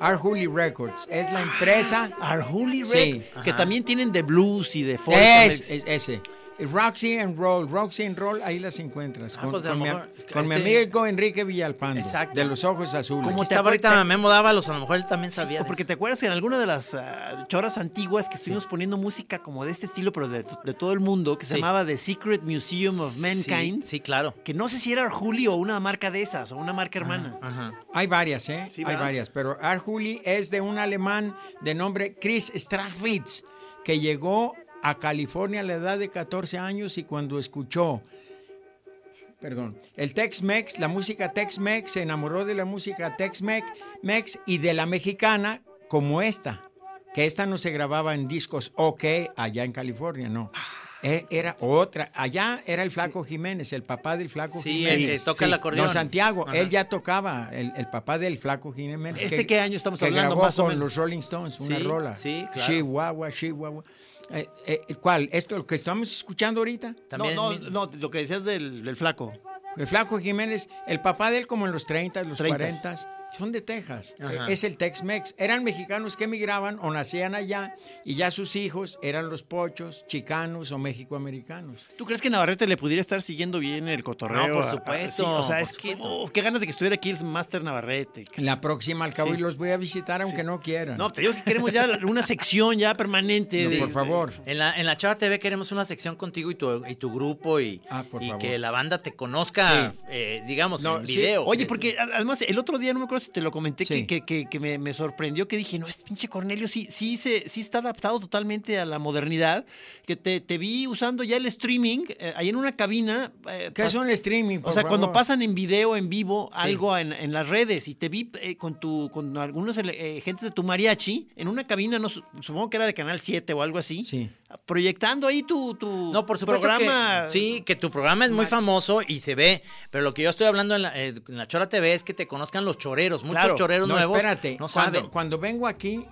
[SPEAKER 5] Arjuli Records es la empresa.
[SPEAKER 3] Ah, Arjuli Rec,
[SPEAKER 5] Sí,
[SPEAKER 3] que también tienen de blues y de folk.
[SPEAKER 5] Es, es- ese. Roxy and Roll, Roxy and Roll, ahí las encuentras.
[SPEAKER 4] Ah,
[SPEAKER 5] Con,
[SPEAKER 4] pues, a
[SPEAKER 5] con
[SPEAKER 4] lo
[SPEAKER 5] mi,
[SPEAKER 4] mejor,
[SPEAKER 5] con mi
[SPEAKER 4] este-
[SPEAKER 5] amigo Enrique Villalpando,
[SPEAKER 4] Exacto.
[SPEAKER 5] de los ojos azules.
[SPEAKER 4] Como
[SPEAKER 3] te
[SPEAKER 4] te ahorita
[SPEAKER 3] ahorita-
[SPEAKER 4] Memo Dávalos, Pues a lo mejor él también sabía. de
[SPEAKER 3] Porque
[SPEAKER 4] eso.
[SPEAKER 3] te acuerdas que en alguna de las ah, choras antiguas que estuvimos poniendo música como de este estilo, pero de, de todo el mundo, que se
[SPEAKER 4] Sí.
[SPEAKER 3] llamaba The Secret Museum of Mankind,
[SPEAKER 4] Sí, sí, claro.
[SPEAKER 3] que no sé si era Arjuli o una marca de esas, o una marca hermana.
[SPEAKER 4] Ajá.
[SPEAKER 5] Hay varias, ¿eh?
[SPEAKER 3] Sí,
[SPEAKER 5] Hay
[SPEAKER 3] ¿verdad?
[SPEAKER 5] varias, pero Arjuli es de un alemán de nombre Chris Strachwitz, que llegó a California a la edad de 14 años y cuando escuchó, perdón, el Tex-Mex, la música Tex-Mex, se enamoró de la música Tex-Mex Mex y de la mexicana como esta, que esta no se grababa en discos OK allá en California, no.
[SPEAKER 4] Ah.
[SPEAKER 5] Eh, Era otra. Allá era el Flaco Jiménez, el papá del Flaco
[SPEAKER 4] Sí,
[SPEAKER 5] Jiménez.
[SPEAKER 4] el que toca el acordeón.
[SPEAKER 5] Don Santiago,
[SPEAKER 4] Ajá.
[SPEAKER 5] él ya tocaba, el, el papá del Flaco Jiménez.
[SPEAKER 3] ¿Este qué año estamos
[SPEAKER 5] que
[SPEAKER 3] hablando,
[SPEAKER 5] grabó
[SPEAKER 3] más o
[SPEAKER 5] con
[SPEAKER 3] menos?
[SPEAKER 5] los Rolling Stones, una
[SPEAKER 4] Sí,
[SPEAKER 5] rola.
[SPEAKER 4] sí, claro.
[SPEAKER 5] Chihuahua, Chihuahua. Eh, eh, ¿Cuál? ¿Esto lo que estamos escuchando ahorita?
[SPEAKER 4] También
[SPEAKER 3] no,
[SPEAKER 4] es mi-
[SPEAKER 3] no, no, lo que decías del, del flaco.
[SPEAKER 5] El Flaco Jiménez, el papá de él como en los 30, los
[SPEAKER 3] 30s.
[SPEAKER 5] 40, son de Texas.
[SPEAKER 4] Ajá.
[SPEAKER 5] Eh, Es el Tex-Mex. Eran mexicanos que emigraban o nacían allá y ya sus hijos eran los pochos, chicanos o mexicoamericanos.
[SPEAKER 3] ¿Tú crees que Navarrete le pudiera estar siguiendo bien el cotorreo?
[SPEAKER 4] No, por
[SPEAKER 3] Ah, sí,
[SPEAKER 4] supuesto,
[SPEAKER 3] o sea,
[SPEAKER 4] por
[SPEAKER 3] es que, oh, qué ganas de que estuviera aquí el Master Navarrete.
[SPEAKER 5] La próxima al cabo
[SPEAKER 3] Sí.
[SPEAKER 5] y los voy a visitar aunque no quieran.
[SPEAKER 3] No, pues, te digo que queremos ya una sección ya permanente.
[SPEAKER 5] No,
[SPEAKER 3] de-
[SPEAKER 5] por favor.
[SPEAKER 3] Eh,
[SPEAKER 4] En la, en la Chava TV queremos una sección contigo y tu, y tu grupo y,
[SPEAKER 5] Ah, por
[SPEAKER 4] y
[SPEAKER 5] favor.
[SPEAKER 4] que la banda te conozca,
[SPEAKER 5] Sí.
[SPEAKER 4] eh, digamos,
[SPEAKER 5] No,
[SPEAKER 4] en
[SPEAKER 5] sí.
[SPEAKER 4] video.
[SPEAKER 3] Oye, porque a- además el otro día, no me acuerdo si te lo comenté,
[SPEAKER 5] Sí.
[SPEAKER 3] que, que- que- que me, me sorprendió que dije, no, este pinche Cornelio sí, sí, se, sí está adaptado totalmente a la modernidad, que te, te vi usando ya el streaming eh, ahí en una cabina. eh,
[SPEAKER 5] ¿Qué
[SPEAKER 3] pas-
[SPEAKER 5] es un streaming?
[SPEAKER 3] O
[SPEAKER 5] por
[SPEAKER 3] sea, cuando
[SPEAKER 5] favor?
[SPEAKER 3] pasan en video, en vivo,
[SPEAKER 4] Sí.
[SPEAKER 3] algo en, en las redes, y te vi eh, con tu con algunos ele- eh, gentes de tu mariachi en una cabina, no, su- supongo que era de Canal 7 o algo así,
[SPEAKER 5] Sí.
[SPEAKER 3] proyectando ahí tu, tu
[SPEAKER 4] No, por supuesto
[SPEAKER 3] programa.
[SPEAKER 4] que sí, que tu programa es muy famoso y se ve, pero lo que yo estoy hablando en la, eh, en la Chora TV es que te conozcan los choreros, muchos
[SPEAKER 3] Claro.
[SPEAKER 4] choreros
[SPEAKER 5] No,
[SPEAKER 4] nuevos.
[SPEAKER 5] espérate.
[SPEAKER 4] No
[SPEAKER 5] cuando,
[SPEAKER 4] saben.
[SPEAKER 5] cuando vengo aquí,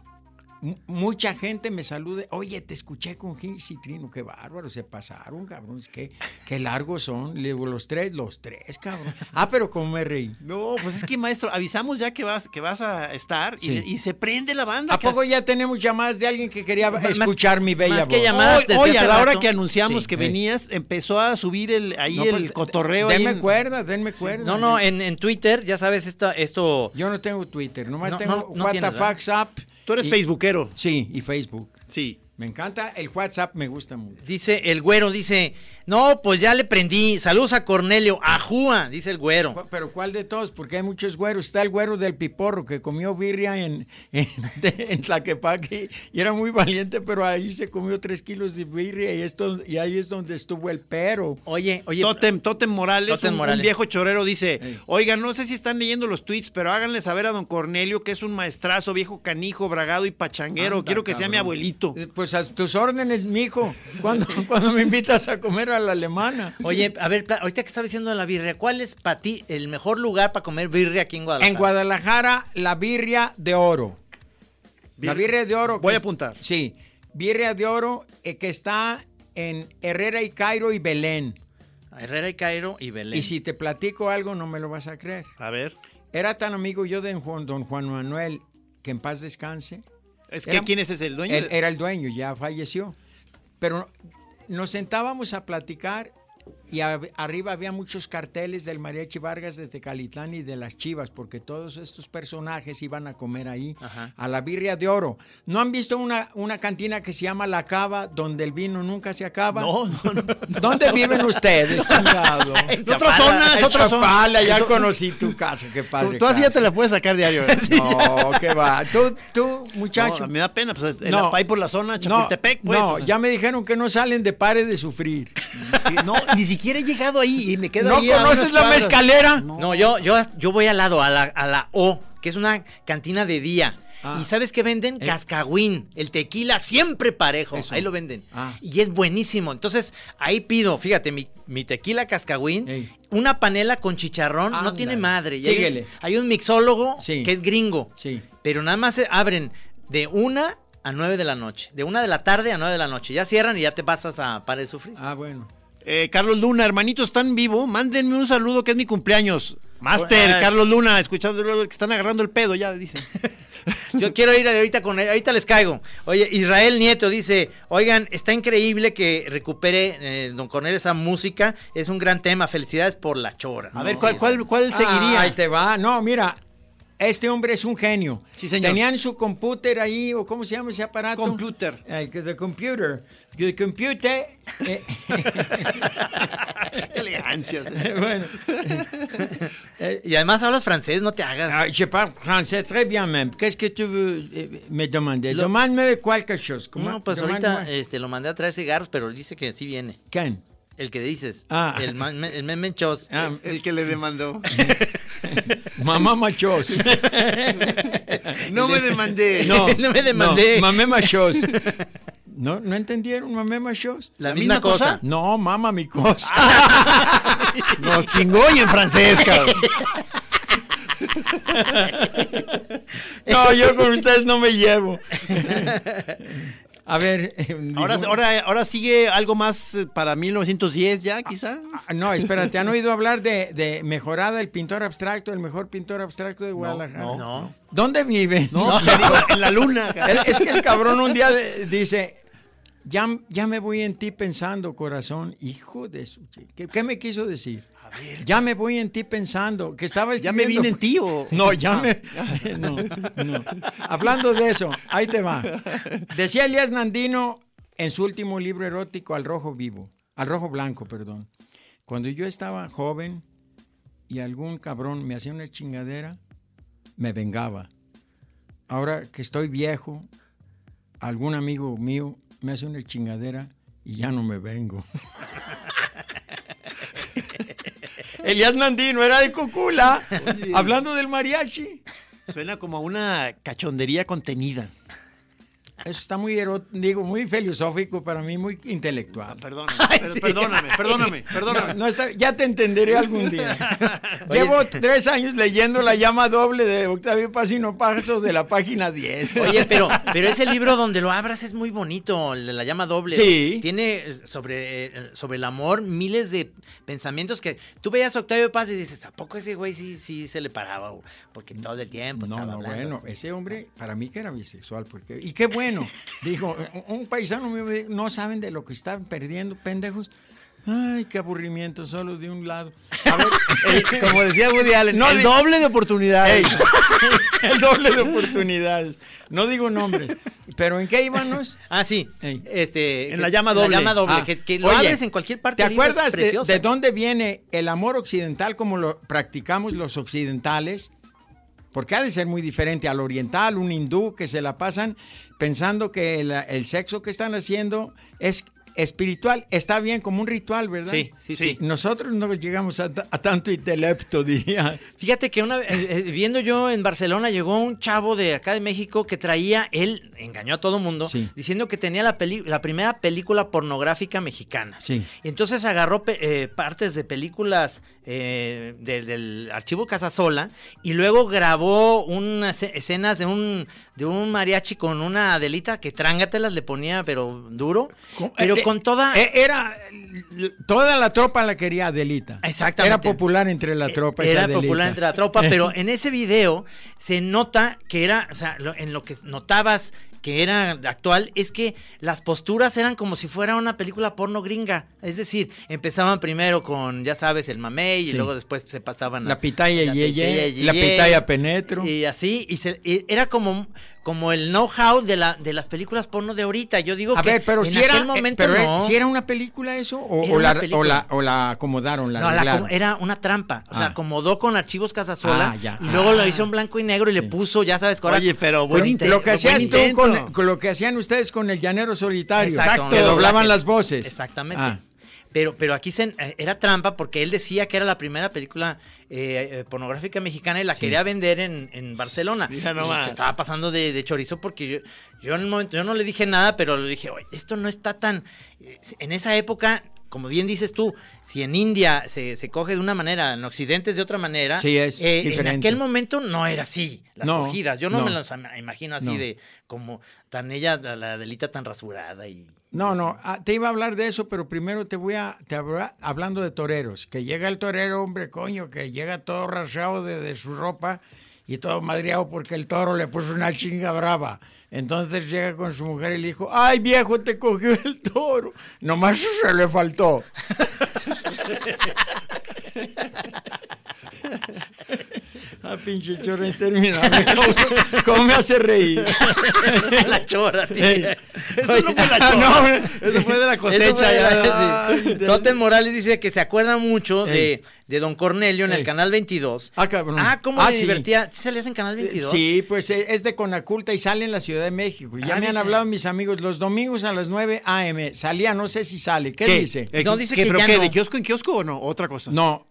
[SPEAKER 5] m- mucha gente me salude. Oye, te escuché con Gil Citrino. Qué bárbaro, se pasaron, cabrón. Es que, qué largos son. Le digo, los tres, los tres, cabrón. Ah, pero como me reí.
[SPEAKER 3] No, pues es que maestro, avisamos ya que vas, que vas a estar y-
[SPEAKER 5] Sí.
[SPEAKER 3] y, se prende la banda.
[SPEAKER 5] ¿A
[SPEAKER 3] que-
[SPEAKER 5] poco ya tenemos llamadas de alguien que quería
[SPEAKER 4] Más-
[SPEAKER 5] escuchar mi bella
[SPEAKER 4] más que
[SPEAKER 5] voz?
[SPEAKER 4] llamar-
[SPEAKER 3] Hoy,
[SPEAKER 4] desde
[SPEAKER 3] hoy, a
[SPEAKER 4] hace
[SPEAKER 3] la hora
[SPEAKER 4] rato.
[SPEAKER 3] que anunciamos
[SPEAKER 4] Sí.
[SPEAKER 3] que
[SPEAKER 5] Sí.
[SPEAKER 3] venías, empezó a subir el, ahí
[SPEAKER 5] No,
[SPEAKER 3] el
[SPEAKER 5] pues,
[SPEAKER 3] cotorreo. ahí
[SPEAKER 5] Denme
[SPEAKER 3] en-
[SPEAKER 5] cuerda, denme cuerda.
[SPEAKER 4] No, no, eh. en, en Twitter, ya sabes, esta, esto.
[SPEAKER 5] Yo no tengo Twitter, nomás
[SPEAKER 4] No,
[SPEAKER 5] tengo
[SPEAKER 4] no, no
[SPEAKER 5] WhatsApp,
[SPEAKER 4] tienes, ¿verdad?
[SPEAKER 5] WhatsApp.
[SPEAKER 3] Tú eres
[SPEAKER 5] y-
[SPEAKER 3] facebookero.
[SPEAKER 5] Sí, y Facebook.
[SPEAKER 3] Sí.
[SPEAKER 5] Me encanta el WhatsApp, me gusta mucho.
[SPEAKER 4] Dice el güero, dice, no, pues ya le prendí. Saludos a Cornelio, a Júa, dice el güero.
[SPEAKER 5] Cu- Pero ¿cuál de todos? Porque hay muchos güeros. Está el güero del piporro que comió birria en, en, en Tlaquepaque y era muy valiente, pero ahí se comió tres kilos de birria y, esto, y ahí es donde estuvo el pero.
[SPEAKER 4] Oye, oye.
[SPEAKER 3] Totem, Totem Morales,
[SPEAKER 4] Totem
[SPEAKER 3] un- un,
[SPEAKER 4] Morales.
[SPEAKER 3] viejo chorero, dice,
[SPEAKER 5] Ey.
[SPEAKER 3] oigan, no sé si están leyendo los tweets, pero háganle saber a don Cornelio que es un maestrazo, viejo canijo, bragado y pachanguero.
[SPEAKER 5] Anda,
[SPEAKER 3] Quiero que sea mi
[SPEAKER 5] cabrón.
[SPEAKER 3] abuelito.
[SPEAKER 5] Eh, Pues a tus órdenes, mijo. Cuando, cuando me invitas a comer a la alemana.
[SPEAKER 4] Oye, a ver, pla- ahorita que estaba diciendo de la birria, ¿cuál es para ti el mejor lugar para comer birria aquí en Guadalajara?
[SPEAKER 5] En Guadalajara, la birria de oro. La birria de oro. que
[SPEAKER 3] Voy a
[SPEAKER 5] es-
[SPEAKER 3] apuntar.
[SPEAKER 5] Sí, birria de oro eh, que está en Herrera y Cairo y Belén.
[SPEAKER 4] Herrera y Cairo y Belén.
[SPEAKER 5] Y si te platico algo, no me lo vas a creer.
[SPEAKER 3] A ver.
[SPEAKER 5] Era tan amigo yo de Juan- don Juan Manuel, que en paz descanse.
[SPEAKER 3] Es que,
[SPEAKER 5] Era-
[SPEAKER 3] ¿quién es ese? ¿El dueño?
[SPEAKER 5] Él
[SPEAKER 3] de-
[SPEAKER 5] era el dueño, ya falleció. Pero nos sentábamos a platicar y a- arriba había muchos carteles del Mariachi Vargas de Tecalitlán y de las Chivas, porque todos estos personajes iban a comer ahí,
[SPEAKER 4] Ajá.
[SPEAKER 5] a la birria de oro. ¿No han visto una, una cantina que se llama La Cava, donde el vino nunca se acaba?
[SPEAKER 3] No, no, no.
[SPEAKER 5] ¿Dónde viven ustedes, chingado?
[SPEAKER 3] Es otra zona, es otra zona.
[SPEAKER 5] Chapala, ya
[SPEAKER 3] Eso-
[SPEAKER 5] conocí tu casa, qué padre.
[SPEAKER 3] Tú, tú así ya
[SPEAKER 5] casa.
[SPEAKER 3] te la puedes sacar diario. ¿verdad?
[SPEAKER 5] No, qué va. Tú, tú,
[SPEAKER 3] Chacho.
[SPEAKER 5] muchacho.
[SPEAKER 3] me da pena, pues el
[SPEAKER 5] No.
[SPEAKER 3] Apay por la zona,
[SPEAKER 5] No,
[SPEAKER 3] Chapultepec, pues.
[SPEAKER 5] no,
[SPEAKER 3] o sea.
[SPEAKER 5] ya me dijeron que no salen de pare de sufrir.
[SPEAKER 3] Y No, ni siquiera he llegado ahí y me quedo
[SPEAKER 5] ¿No
[SPEAKER 3] ahí a
[SPEAKER 5] conoces
[SPEAKER 3] unas
[SPEAKER 5] la
[SPEAKER 3] cuadras.
[SPEAKER 5] mezcalera?
[SPEAKER 4] No, yo, yo, yo voy al lado, a la, a la O, que es una cantina de día.
[SPEAKER 5] Ah.
[SPEAKER 4] ¿Y sabes qué venden? Cascagüín, el tequila siempre parejo.
[SPEAKER 5] Eso.
[SPEAKER 4] Ahí lo venden.
[SPEAKER 5] Ah.
[SPEAKER 4] Y es buenísimo. Entonces, ahí pido, fíjate, mi, mi tequila cascagüín,
[SPEAKER 5] Ey.
[SPEAKER 4] una panela con chicharrón, no
[SPEAKER 5] Ándale.
[SPEAKER 4] tiene madre. Y hay-
[SPEAKER 5] Síguele.
[SPEAKER 4] Hay, un mixólogo
[SPEAKER 5] Sí.
[SPEAKER 4] que es gringo.
[SPEAKER 5] Sí.
[SPEAKER 4] Pero nada más se abren de una a nueve de la noche. De una de la tarde a nueve de la noche. Ya cierran y ya te pasas a para de sufrir.
[SPEAKER 5] Ah, bueno.
[SPEAKER 3] Eh, Carlos Luna, hermanito, están vivo. Mándenme un saludo que es mi cumpleaños. Master,
[SPEAKER 4] Ay.
[SPEAKER 3] Carlos Luna, escuchando que están agarrando el pedo, ya dicen.
[SPEAKER 4] Yo quiero ir ahorita con ahorita les caigo. Oye, Israel Nieto dice, "Oigan, está increíble que recupere eh, Don Cornelio esa música, es un gran tema. Felicidades por la chora."
[SPEAKER 3] A ver, ¿cuál, cuál, cuál seguiría?
[SPEAKER 5] Ah, Ahí te va. No, mira, este hombre es un genio.
[SPEAKER 3] Sí, señor.
[SPEAKER 5] Tenían su computer ahí, o ¿cómo se llama ese aparato?
[SPEAKER 3] Computer.
[SPEAKER 5] Eh, que the computer. The computer. eh,
[SPEAKER 3] Qué elegancia. sí.
[SPEAKER 5] bueno.
[SPEAKER 4] Y además hablas francés, no te hagas.
[SPEAKER 5] Ah, je parle français très bien même. Qu'est-ce que tu veux eh, me demander?
[SPEAKER 4] Lo-
[SPEAKER 5] Demande-me quelque chose. Comment-
[SPEAKER 4] no, pues
[SPEAKER 5] demande-moi.
[SPEAKER 3] eh.
[SPEAKER 1] eh.
[SPEAKER 4] ahorita este, lo mandé a traer cigarros, pero dice que sí viene.
[SPEAKER 5] Ken.
[SPEAKER 4] El que dices.
[SPEAKER 5] Ah.
[SPEAKER 4] El, man- el meme chos.
[SPEAKER 5] Ah,
[SPEAKER 1] El que le demandó.
[SPEAKER 5] mamá machos.
[SPEAKER 1] No me demandé.
[SPEAKER 5] No,
[SPEAKER 4] No me demandé.
[SPEAKER 5] no, mamé machos. ¿No, ¿No entendieron mamé machos?
[SPEAKER 4] La, misma, cosa. Ah.
[SPEAKER 5] No, mamá mi cosa.
[SPEAKER 1] Nos chingó y en francés, cabrón.
[SPEAKER 5] No, yo con ustedes no me llevo. A ver. eh,
[SPEAKER 3] Ahora,
[SPEAKER 5] digo-
[SPEAKER 3] ahora, ahora sigue algo más eh, para 1910 ya, quizá.
[SPEAKER 5] Ah, No, espérate, ¿han oído hablar de, de Mejorada, el pintor abstracto, el mejor pintor abstracto de Guadalajara?
[SPEAKER 4] No.
[SPEAKER 5] ¿Dónde vive?
[SPEAKER 3] No, te digo, en la luna.
[SPEAKER 5] El- Es que el cabrón un día de- dice, ya, ya me voy en ti pensando, corazón, hijo de su... chi- ¿Qué, qué me quiso decir? ya me voy en ti pensando, que estaba
[SPEAKER 3] ¿Ya me
[SPEAKER 5] escribiendo-
[SPEAKER 3] vine en ti o...?
[SPEAKER 5] No, ya me... No, no. Hablando de eso, ahí te va. Decía Elías Nandino en su último libro erótico, Al Rojo Vivo, Al Rojo Blanco, perdón. Cuando yo estaba joven y algún cabrón me hacía una chingadera, me vengaba. Ahora que estoy viejo, algún amigo mío me hace una chingadera y ya no me vengo. Elías Nandino era de Cucula, hablando del mariachi.
[SPEAKER 3] Suena como a una cachondería contenida.
[SPEAKER 5] Eso está muy eró- digo, muy filosófico para mí, muy intelectual.
[SPEAKER 3] Perdóname, per- perdóname, perdóname, perdóname.
[SPEAKER 5] No, no está- ya te entenderé algún día. Llevo tres años leyendo La llama doble de Octavio Pazino Pasos de la página 10.
[SPEAKER 4] Oye, pero, pero ese libro donde lo abras es muy bonito, el de la llama doble.
[SPEAKER 5] Sí.
[SPEAKER 4] Tiene eh, sobre, eh, sobre el amor miles de pensamientos que tú veías a Octavio Paz y dices, ¿a poco ese güey sí, sí se le paraba? güey? Porque todo el tiempo
[SPEAKER 5] no,
[SPEAKER 4] pues, estaba
[SPEAKER 5] no,
[SPEAKER 4] hablando.
[SPEAKER 5] bueno, ese hombre para mí que era bisexual, porque y qué bueno. Dijo, un un paisano mío me dijo, no saben de lo que están perdiendo, pendejos. Ay, qué aburrimiento, solo de un lado. A ver,
[SPEAKER 3] El- como decía Woody Allen,
[SPEAKER 5] No,
[SPEAKER 3] el
[SPEAKER 5] di-
[SPEAKER 3] doble de oportunidades.
[SPEAKER 5] Ey, el doble de oportunidades. No digo nombres, pero ¿en qué íbamos?
[SPEAKER 4] Ah, sí.
[SPEAKER 5] Ey.
[SPEAKER 4] Este,
[SPEAKER 3] En la llama doble.
[SPEAKER 4] La llama doble.
[SPEAKER 5] Ah,
[SPEAKER 4] que, que lo
[SPEAKER 5] oye,
[SPEAKER 4] abres en cualquier parte.
[SPEAKER 5] ¿Te
[SPEAKER 4] del libro, es
[SPEAKER 5] acuerdas de,
[SPEAKER 4] precioso.
[SPEAKER 5] de dónde viene el amor occidental como lo practicamos los occidentales? Porque ha de ser muy diferente al oriental, un hindú que se la pasan pensando que el, el sexo que están haciendo es espiritual. Está bien como un ritual, ¿verdad?
[SPEAKER 4] Sí, sí, sí.
[SPEAKER 5] Nosotros no llegamos a, ta- a tanto intelecto, diría.
[SPEAKER 4] Fíjate que una vez, eh, eh, viendo yo en Barcelona llegó un chavo de acá de México que traía, él engañó a todo mundo,
[SPEAKER 5] Sí.
[SPEAKER 4] diciendo que tenía la, peli- la primera película pornográfica mexicana.
[SPEAKER 5] Sí.
[SPEAKER 4] Y entonces agarró pe- eh, partes de películas eh, del, del archivo Casasola y luego grabó unas e- escenas de un, de un mariachi con una Adelita que trángatelas le ponía, pero duro. Pero
[SPEAKER 5] Eh,
[SPEAKER 4] con toda...
[SPEAKER 5] eh, Era. l- Toda la tropa la quería Adelita.
[SPEAKER 4] Exactamente.
[SPEAKER 5] Era popular entre la tropa. esa
[SPEAKER 4] Eh, Era
[SPEAKER 5] Adelita.
[SPEAKER 4] popular entre la tropa, pero en ese video se nota que era, o sea, lo- en lo que notabas que era actual, es que las posturas eran como si fuera una película porno gringa. Es decir, empezaban primero con, ya sabes, el mamey y
[SPEAKER 5] Sí.
[SPEAKER 4] luego después se pasaban
[SPEAKER 5] La pitaya yeye,
[SPEAKER 4] pitaya
[SPEAKER 5] la
[SPEAKER 4] yeye,
[SPEAKER 5] pitaya penetro.
[SPEAKER 4] Y así, y, se- y era como, como el know-how de, la, de las películas porno de ahorita. Yo digo
[SPEAKER 5] A
[SPEAKER 4] que
[SPEAKER 5] ver, pero
[SPEAKER 4] en
[SPEAKER 5] si
[SPEAKER 4] aquel
[SPEAKER 5] era, eh,
[SPEAKER 4] momento
[SPEAKER 5] pero
[SPEAKER 4] no.
[SPEAKER 5] si era una película eso o,
[SPEAKER 4] Era
[SPEAKER 5] o
[SPEAKER 4] una
[SPEAKER 5] la,
[SPEAKER 4] película.
[SPEAKER 5] o la- o la acomodaron, la
[SPEAKER 4] no, la
[SPEAKER 5] arreglaron?
[SPEAKER 4] acom- era una trampa. O sea,
[SPEAKER 5] Ah.
[SPEAKER 4] acomodó con archivos Casasola
[SPEAKER 5] Ah, ya.
[SPEAKER 4] y luego lo hizo en blanco y negro y le puso, ya sabes, ahora-
[SPEAKER 3] Oye, pero buen
[SPEAKER 4] con
[SPEAKER 3] intento,
[SPEAKER 5] lo que
[SPEAKER 3] hacía buen
[SPEAKER 5] hacías tú
[SPEAKER 3] intento.
[SPEAKER 5] con, con lo que hacían ustedes con el llanero solitario,
[SPEAKER 4] Exacto.
[SPEAKER 5] que doblaban
[SPEAKER 4] Doblajes.
[SPEAKER 5] las voces.
[SPEAKER 4] Exactamente.
[SPEAKER 5] Ah,
[SPEAKER 4] Pero, pero aquí se, eh, era trampa porque él decía que era la primera película eh, eh, pornográfica mexicana y la quería vender en, en Barcelona.
[SPEAKER 3] Mira
[SPEAKER 4] y
[SPEAKER 3] nomás.
[SPEAKER 4] se estaba pasando de, de chorizo porque yo, yo en un momento yo no le dije nada, pero le dije, oye, esto no está tan... eh, En esa época como bien dices tú, si en India se, se coge de una manera, en Occidente es de otra manera,
[SPEAKER 5] Sí, es
[SPEAKER 4] eh, en
[SPEAKER 5] diferente.
[SPEAKER 4] aquel momento no era así las
[SPEAKER 5] No,
[SPEAKER 4] cogidas. Yo no,
[SPEAKER 5] no.
[SPEAKER 4] me las ama- imagino así
[SPEAKER 5] No.
[SPEAKER 4] de como tan ella, la la Adelita tan rasurada y...
[SPEAKER 5] No,
[SPEAKER 4] y
[SPEAKER 5] no,
[SPEAKER 4] así.
[SPEAKER 5] ah, te iba a hablar de eso, pero primero te voy a, te habla- hablando de toreros, que llega el torero, hombre, coño, que llega todo rasgado de, de su ropa y todo madreado porque el toro le puso una chinga brava. Entonces llega con su mujer y le dijo, ay viejo, te cogió el toro. Nomás se le faltó. ah, pinche choro interminable. ¿Cómo, cómo me hace reír?
[SPEAKER 4] la chora, tío.
[SPEAKER 5] Ey.
[SPEAKER 4] Eso no fue la
[SPEAKER 5] Ah,
[SPEAKER 4] chora.
[SPEAKER 5] no, eso fue de la cosecha.
[SPEAKER 4] Eso fue de
[SPEAKER 5] ya.
[SPEAKER 4] la- sí.
[SPEAKER 5] Ay, de-
[SPEAKER 4] Totem Morales dice que se acuerda mucho de,
[SPEAKER 5] Ey.
[SPEAKER 4] de Don Cornelio en el
[SPEAKER 5] Ey.
[SPEAKER 4] canal 22.
[SPEAKER 5] Ah, cabrón.
[SPEAKER 4] Ah, cómo
[SPEAKER 5] Ah,
[SPEAKER 4] me
[SPEAKER 5] sí.
[SPEAKER 4] divertía. ¿Sí salías en canal 22?
[SPEAKER 5] Sí, pues e- es de Conaculta y sale en la Ciudad de México. Y Ya
[SPEAKER 4] Ah,
[SPEAKER 5] me han
[SPEAKER 4] dice.
[SPEAKER 5] hablado mis amigos los domingos a las 9 a.m. Salía, no sé si sale. ¿Qué, dice?
[SPEAKER 4] Eh, No, dice que
[SPEAKER 3] ¿Pero
[SPEAKER 4] ya
[SPEAKER 3] qué?
[SPEAKER 4] no.
[SPEAKER 3] ¿De kiosco en kiosco o no? Otra cosa.
[SPEAKER 5] No,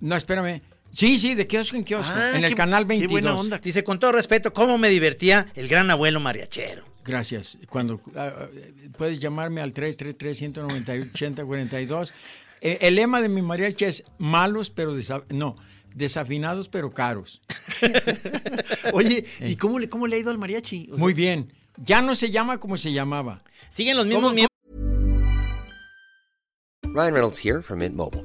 [SPEAKER 5] no, espérame. Sí, sí, de kiosco en kiosco,
[SPEAKER 3] Ah,
[SPEAKER 5] en el
[SPEAKER 3] qué-
[SPEAKER 5] canal 22.
[SPEAKER 3] Qué buena onda.
[SPEAKER 4] Dice, con todo respeto, cómo me divertía el gran abuelo mariachero.
[SPEAKER 5] Gracias. Cuando ah, ah, puedes llamarme al 333-198-8042. Eh, el lema de mi mariachi es malos, pero desa- no, desafinados, pero caros. Eh,
[SPEAKER 3] Oye, ¿y cómo le, cómo le ha ido al mariachi? O sea,
[SPEAKER 5] Muy bien. Ya no se llama como se llamaba.
[SPEAKER 4] Siguen los mismos miembros.
[SPEAKER 7] Ryan Reynolds here from Mint Mobile.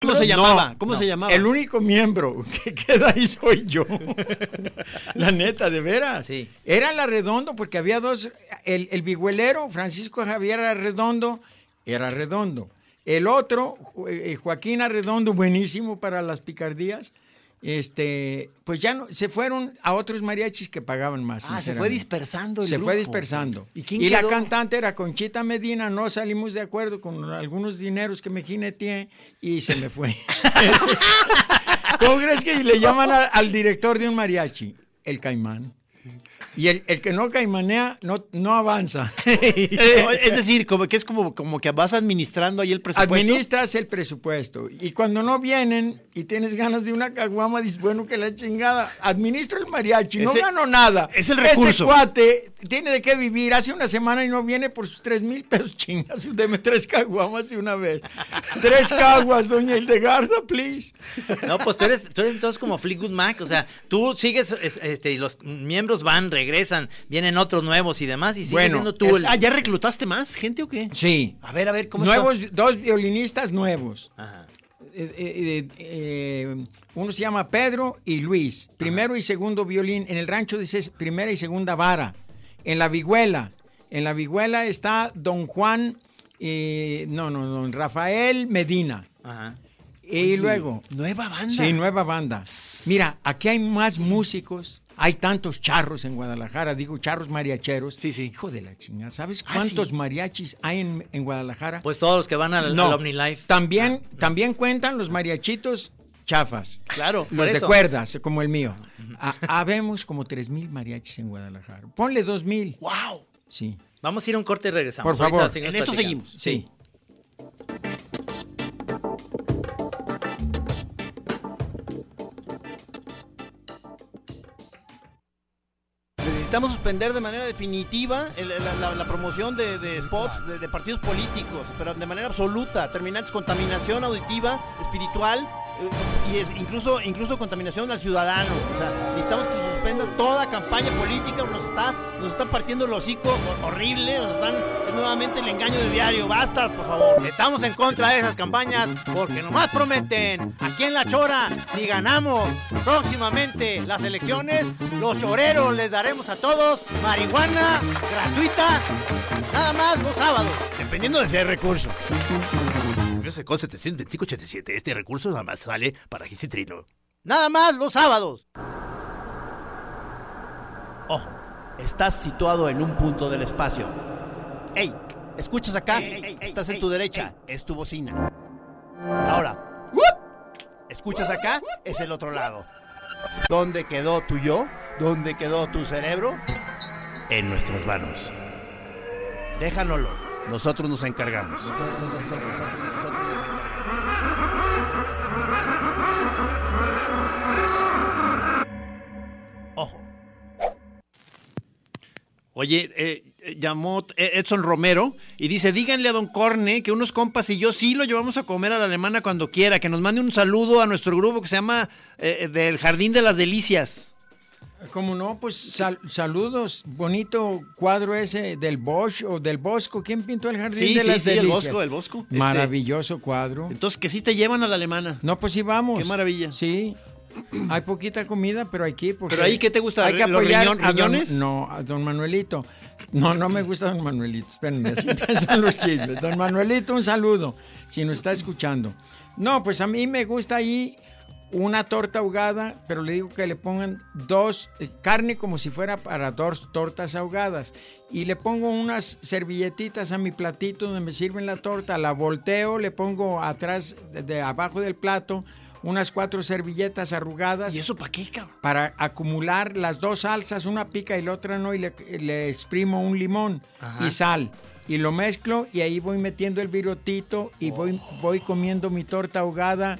[SPEAKER 3] ¿Cómo se llamaba? ¿Cómo se llamaba?
[SPEAKER 5] El único miembro que queda ahí soy yo. la neta, de veras.
[SPEAKER 4] Sí.
[SPEAKER 5] Era la redondo porque había dos. El, el vihuelero, Francisco Javier Arredondo, era redondo. El otro, Jo- eh, Joaquín Arredondo, buenísimo para las picardías. Este, pues ya no, se fueron a otros mariachis que pagaban más.
[SPEAKER 3] Ah, se
[SPEAKER 5] sinceramente.
[SPEAKER 3] fue dispersando el
[SPEAKER 5] Se fue
[SPEAKER 3] grupo.
[SPEAKER 5] dispersando.
[SPEAKER 3] ¿Y quién
[SPEAKER 5] la
[SPEAKER 3] quedó?
[SPEAKER 5] cantante era Conchita Medina, no salimos de acuerdo con algunos dineros que me jineteé y se me fue. ¿Cómo crees que le llaman a- al director de un mariachi? El caimán. Y el, el que no caimanea no, no avanza.
[SPEAKER 3] es decir, como que es como, como que vas administrando ahí el presupuesto.
[SPEAKER 5] Administras el presupuesto. Y cuando no vienen y tienes ganas de una caguama, dices, bueno, que la chingada. Administro el mariachi, no
[SPEAKER 3] Ese-
[SPEAKER 5] gano nada.
[SPEAKER 3] es el
[SPEAKER 5] Este
[SPEAKER 3] recurso.
[SPEAKER 5] cuate tiene de qué vivir. Hace una semana y no viene por sus tres mil pesos chingas. Deme tres caguamas de una vez. tres caguas, doña Hildegarda, please.
[SPEAKER 4] No, pues tú eres, tú eres entonces como Fleetwood Mac, o sea, tú sigues, es- este, y los miembros van, regresan, vienen otros nuevos y demás, y sigues
[SPEAKER 5] Bueno,
[SPEAKER 4] siendo tú
[SPEAKER 3] Es-
[SPEAKER 4] el...
[SPEAKER 3] ah, ¿ya reclutaste más gente o qué?
[SPEAKER 5] Sí.
[SPEAKER 3] A ver, a ver, ¿cómo
[SPEAKER 5] Nuevos,
[SPEAKER 3] está?
[SPEAKER 5] dos violinistas nuevos.
[SPEAKER 4] Ajá.
[SPEAKER 5] Eh, eh, eh, eh, uno se llama Pedro y Luis, primero y segundo violín. En el rancho dices primera y segunda vara. En la vihuela, en la vihuela está don Juan, eh, no, no, don Rafael Medina.
[SPEAKER 4] Ajá.
[SPEAKER 5] Y luego,
[SPEAKER 3] Nueva banda.
[SPEAKER 5] sí, nueva banda. Mira, aquí hay más músicos. Hay tantos charros en Guadalajara, digo charros mariacheros.
[SPEAKER 3] Sí, sí.
[SPEAKER 5] Hijo de la chingada, ¿sabes
[SPEAKER 3] Ah, sí.
[SPEAKER 5] cuántos mariachis hay en, en Guadalajara?
[SPEAKER 4] Pues todos los que van al,
[SPEAKER 5] No.
[SPEAKER 4] al OmniLife.
[SPEAKER 5] También,
[SPEAKER 3] Ah,
[SPEAKER 5] también cuentan los mariachitos chafas.
[SPEAKER 3] Claro, por
[SPEAKER 5] Los de
[SPEAKER 3] eso.
[SPEAKER 5] cuerdas, como el mío. A- Habemos como 3.000 mariachis en Guadalajara. Ponle 2.000.
[SPEAKER 3] ¡Wow!
[SPEAKER 5] Sí.
[SPEAKER 4] Vamos a ir a un corte y regresamos.
[SPEAKER 5] Por
[SPEAKER 4] Ahorita
[SPEAKER 5] favor.
[SPEAKER 4] seguimos
[SPEAKER 3] En esto
[SPEAKER 4] platicando.
[SPEAKER 3] seguimos.
[SPEAKER 5] Sí.
[SPEAKER 1] Necesitamos suspender de manera definitiva el- la, la- la promoción de, de spots de, de partidos políticos, pero de manera absoluta, terminantes contaminación auditiva, espiritual eh, y es- incluso incluso contaminación al ciudadano. O sea, necesitamos que se suspenda toda campaña política, nos está nos están partiendo el hocico hor- horrible, nos están es nuevamente el engaño de diario. Basta, por favor. Estamos en contra de esas campañas porque nomás prometen. Aquí en La Chora, si ganamos próximamente las elecciones, los choreros les daremos a todos marihuana gratuita, nada más los sábados, dependiendo de ese recurso.
[SPEAKER 2] Con 72587, este recurso nada más sale para Gisitrino.
[SPEAKER 1] Nada más los sábados. Oh, Ojo, estás situado en un punto del espacio. ¡Ey! Escuchas acá, estás en tu derecha, es tu bocina. Ahora, escuchas acá, es el otro lado. ¿Dónde quedó tu yo? ¿Dónde quedó tu cerebro? En nuestras manos. Déjanoslo, nosotros nos encargamos. Ojo.
[SPEAKER 3] Oye, eh, eh, llamó eh, Edson Romero y dice, díganle a don Corne que unos compas y yo sí lo llevamos a comer a la alemana cuando quiera, que nos mande un saludo a nuestro grupo que se llama eh, del Jardín de las Delicias.
[SPEAKER 5] Como no, pues sal- saludos. Bonito cuadro ese del Bosch o del Bosco. ¿Quién pintó el jardín
[SPEAKER 3] Sí,
[SPEAKER 5] de
[SPEAKER 3] sí,
[SPEAKER 5] las
[SPEAKER 3] sí, el
[SPEAKER 5] Delicias?
[SPEAKER 3] Bosco, el Bosco. Este,
[SPEAKER 5] Maravilloso cuadro.
[SPEAKER 3] entonces, que sí te llevan a la alemana.
[SPEAKER 5] No, pues sí vamos.
[SPEAKER 3] Qué maravilla.
[SPEAKER 5] Sí. Hay poquita comida, pero aquí.
[SPEAKER 3] Pero ahí, ¿qué te gusta?
[SPEAKER 5] Hay que
[SPEAKER 3] ¿Los
[SPEAKER 5] apoyar
[SPEAKER 3] riñon-
[SPEAKER 5] a don-
[SPEAKER 3] riñones?
[SPEAKER 5] no, a don Manuelito. No, no me gusta don Manuelito. Espérenme, así empiezan los chismes. Don Manuelito, un saludo, si nos está escuchando. No, pues a mí me gusta ahí una torta ahogada, pero le digo que le pongan dos, eh, carne como si fuera para dos tortas ahogadas. Y le pongo unas servilletitas a mi platito donde me sirven la torta, la volteo, le pongo atrás, de, de abajo del plato, unas cuatro servilletas arrugadas
[SPEAKER 3] ¿Y eso para qué, cabrón?
[SPEAKER 5] para acumular las dos salsas, una pica y la otra no, y le, le exprimo un limón y sal. Y lo mezclo y ahí voy metiendo el virotito y voy,
[SPEAKER 4] Oh.
[SPEAKER 5] voy comiendo mi torta ahogada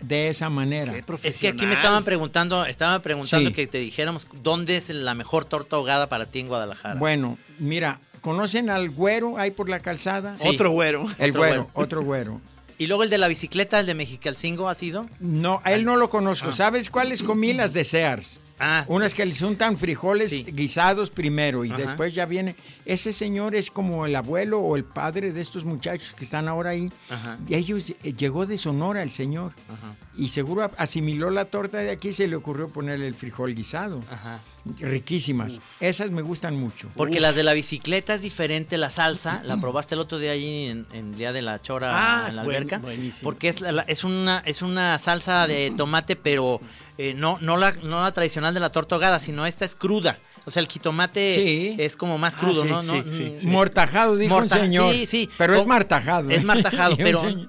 [SPEAKER 5] de esa manera.
[SPEAKER 4] Es que aquí me estaban preguntando, estaban preguntando
[SPEAKER 5] Sí.
[SPEAKER 4] que te dijéramos dónde es la mejor torta ahogada para ti en Guadalajara.
[SPEAKER 5] Bueno, mira, ¿conocen al güero ahí por la calzada?
[SPEAKER 4] Sí.
[SPEAKER 3] Otro güero.
[SPEAKER 5] El
[SPEAKER 4] Otro
[SPEAKER 5] güero,
[SPEAKER 4] güero.
[SPEAKER 5] otro güero.
[SPEAKER 4] Y luego el de la bicicleta, el de Mexicalcingo, ¿ha sido?
[SPEAKER 5] No, a él no lo conozco. ¿Sabes cuáles comí? Las de Sears.
[SPEAKER 4] Ah.
[SPEAKER 5] Unas que les untan frijoles
[SPEAKER 4] Sí.
[SPEAKER 5] guisados primero y
[SPEAKER 4] Ajá.
[SPEAKER 5] después ya viene. Ese señor es como el abuelo o el padre de estos muchachos que están ahora ahí.
[SPEAKER 4] Ajá.
[SPEAKER 5] Y ellos eh, llegó de Sonora el señor.
[SPEAKER 4] Ajá.
[SPEAKER 5] Y seguro a- asimiló la torta de aquí y se le ocurrió ponerle el frijol guisado.
[SPEAKER 4] Ajá.
[SPEAKER 5] Riquísimas. Esas me gustan mucho.
[SPEAKER 4] Porque las de la bicicleta es diferente, la salsa, la probaste el otro día allí en, en Día de la Chora
[SPEAKER 3] Ah,
[SPEAKER 4] en
[SPEAKER 3] es
[SPEAKER 4] la
[SPEAKER 3] buen-
[SPEAKER 4] alberca.
[SPEAKER 3] buenísimo.
[SPEAKER 4] Porque es, la- la- es, una, es una salsa de tomate, pero eh, no, no, la, no la tradicional de la torta ahogada, sino esta es cruda. O sea, el jitomate
[SPEAKER 5] Sí.
[SPEAKER 4] es como más crudo,
[SPEAKER 3] sí,
[SPEAKER 4] ¿no?
[SPEAKER 3] sí,
[SPEAKER 4] No-
[SPEAKER 3] sí,
[SPEAKER 4] mm,
[SPEAKER 3] sí.
[SPEAKER 5] Mortajado, dijo
[SPEAKER 4] Morta-
[SPEAKER 5] un señor.
[SPEAKER 4] sí, sí.
[SPEAKER 5] Pero es
[SPEAKER 4] O-
[SPEAKER 5] martajado.
[SPEAKER 4] es martajado, ¿eh?
[SPEAKER 5] Un
[SPEAKER 4] pero-
[SPEAKER 5] señor.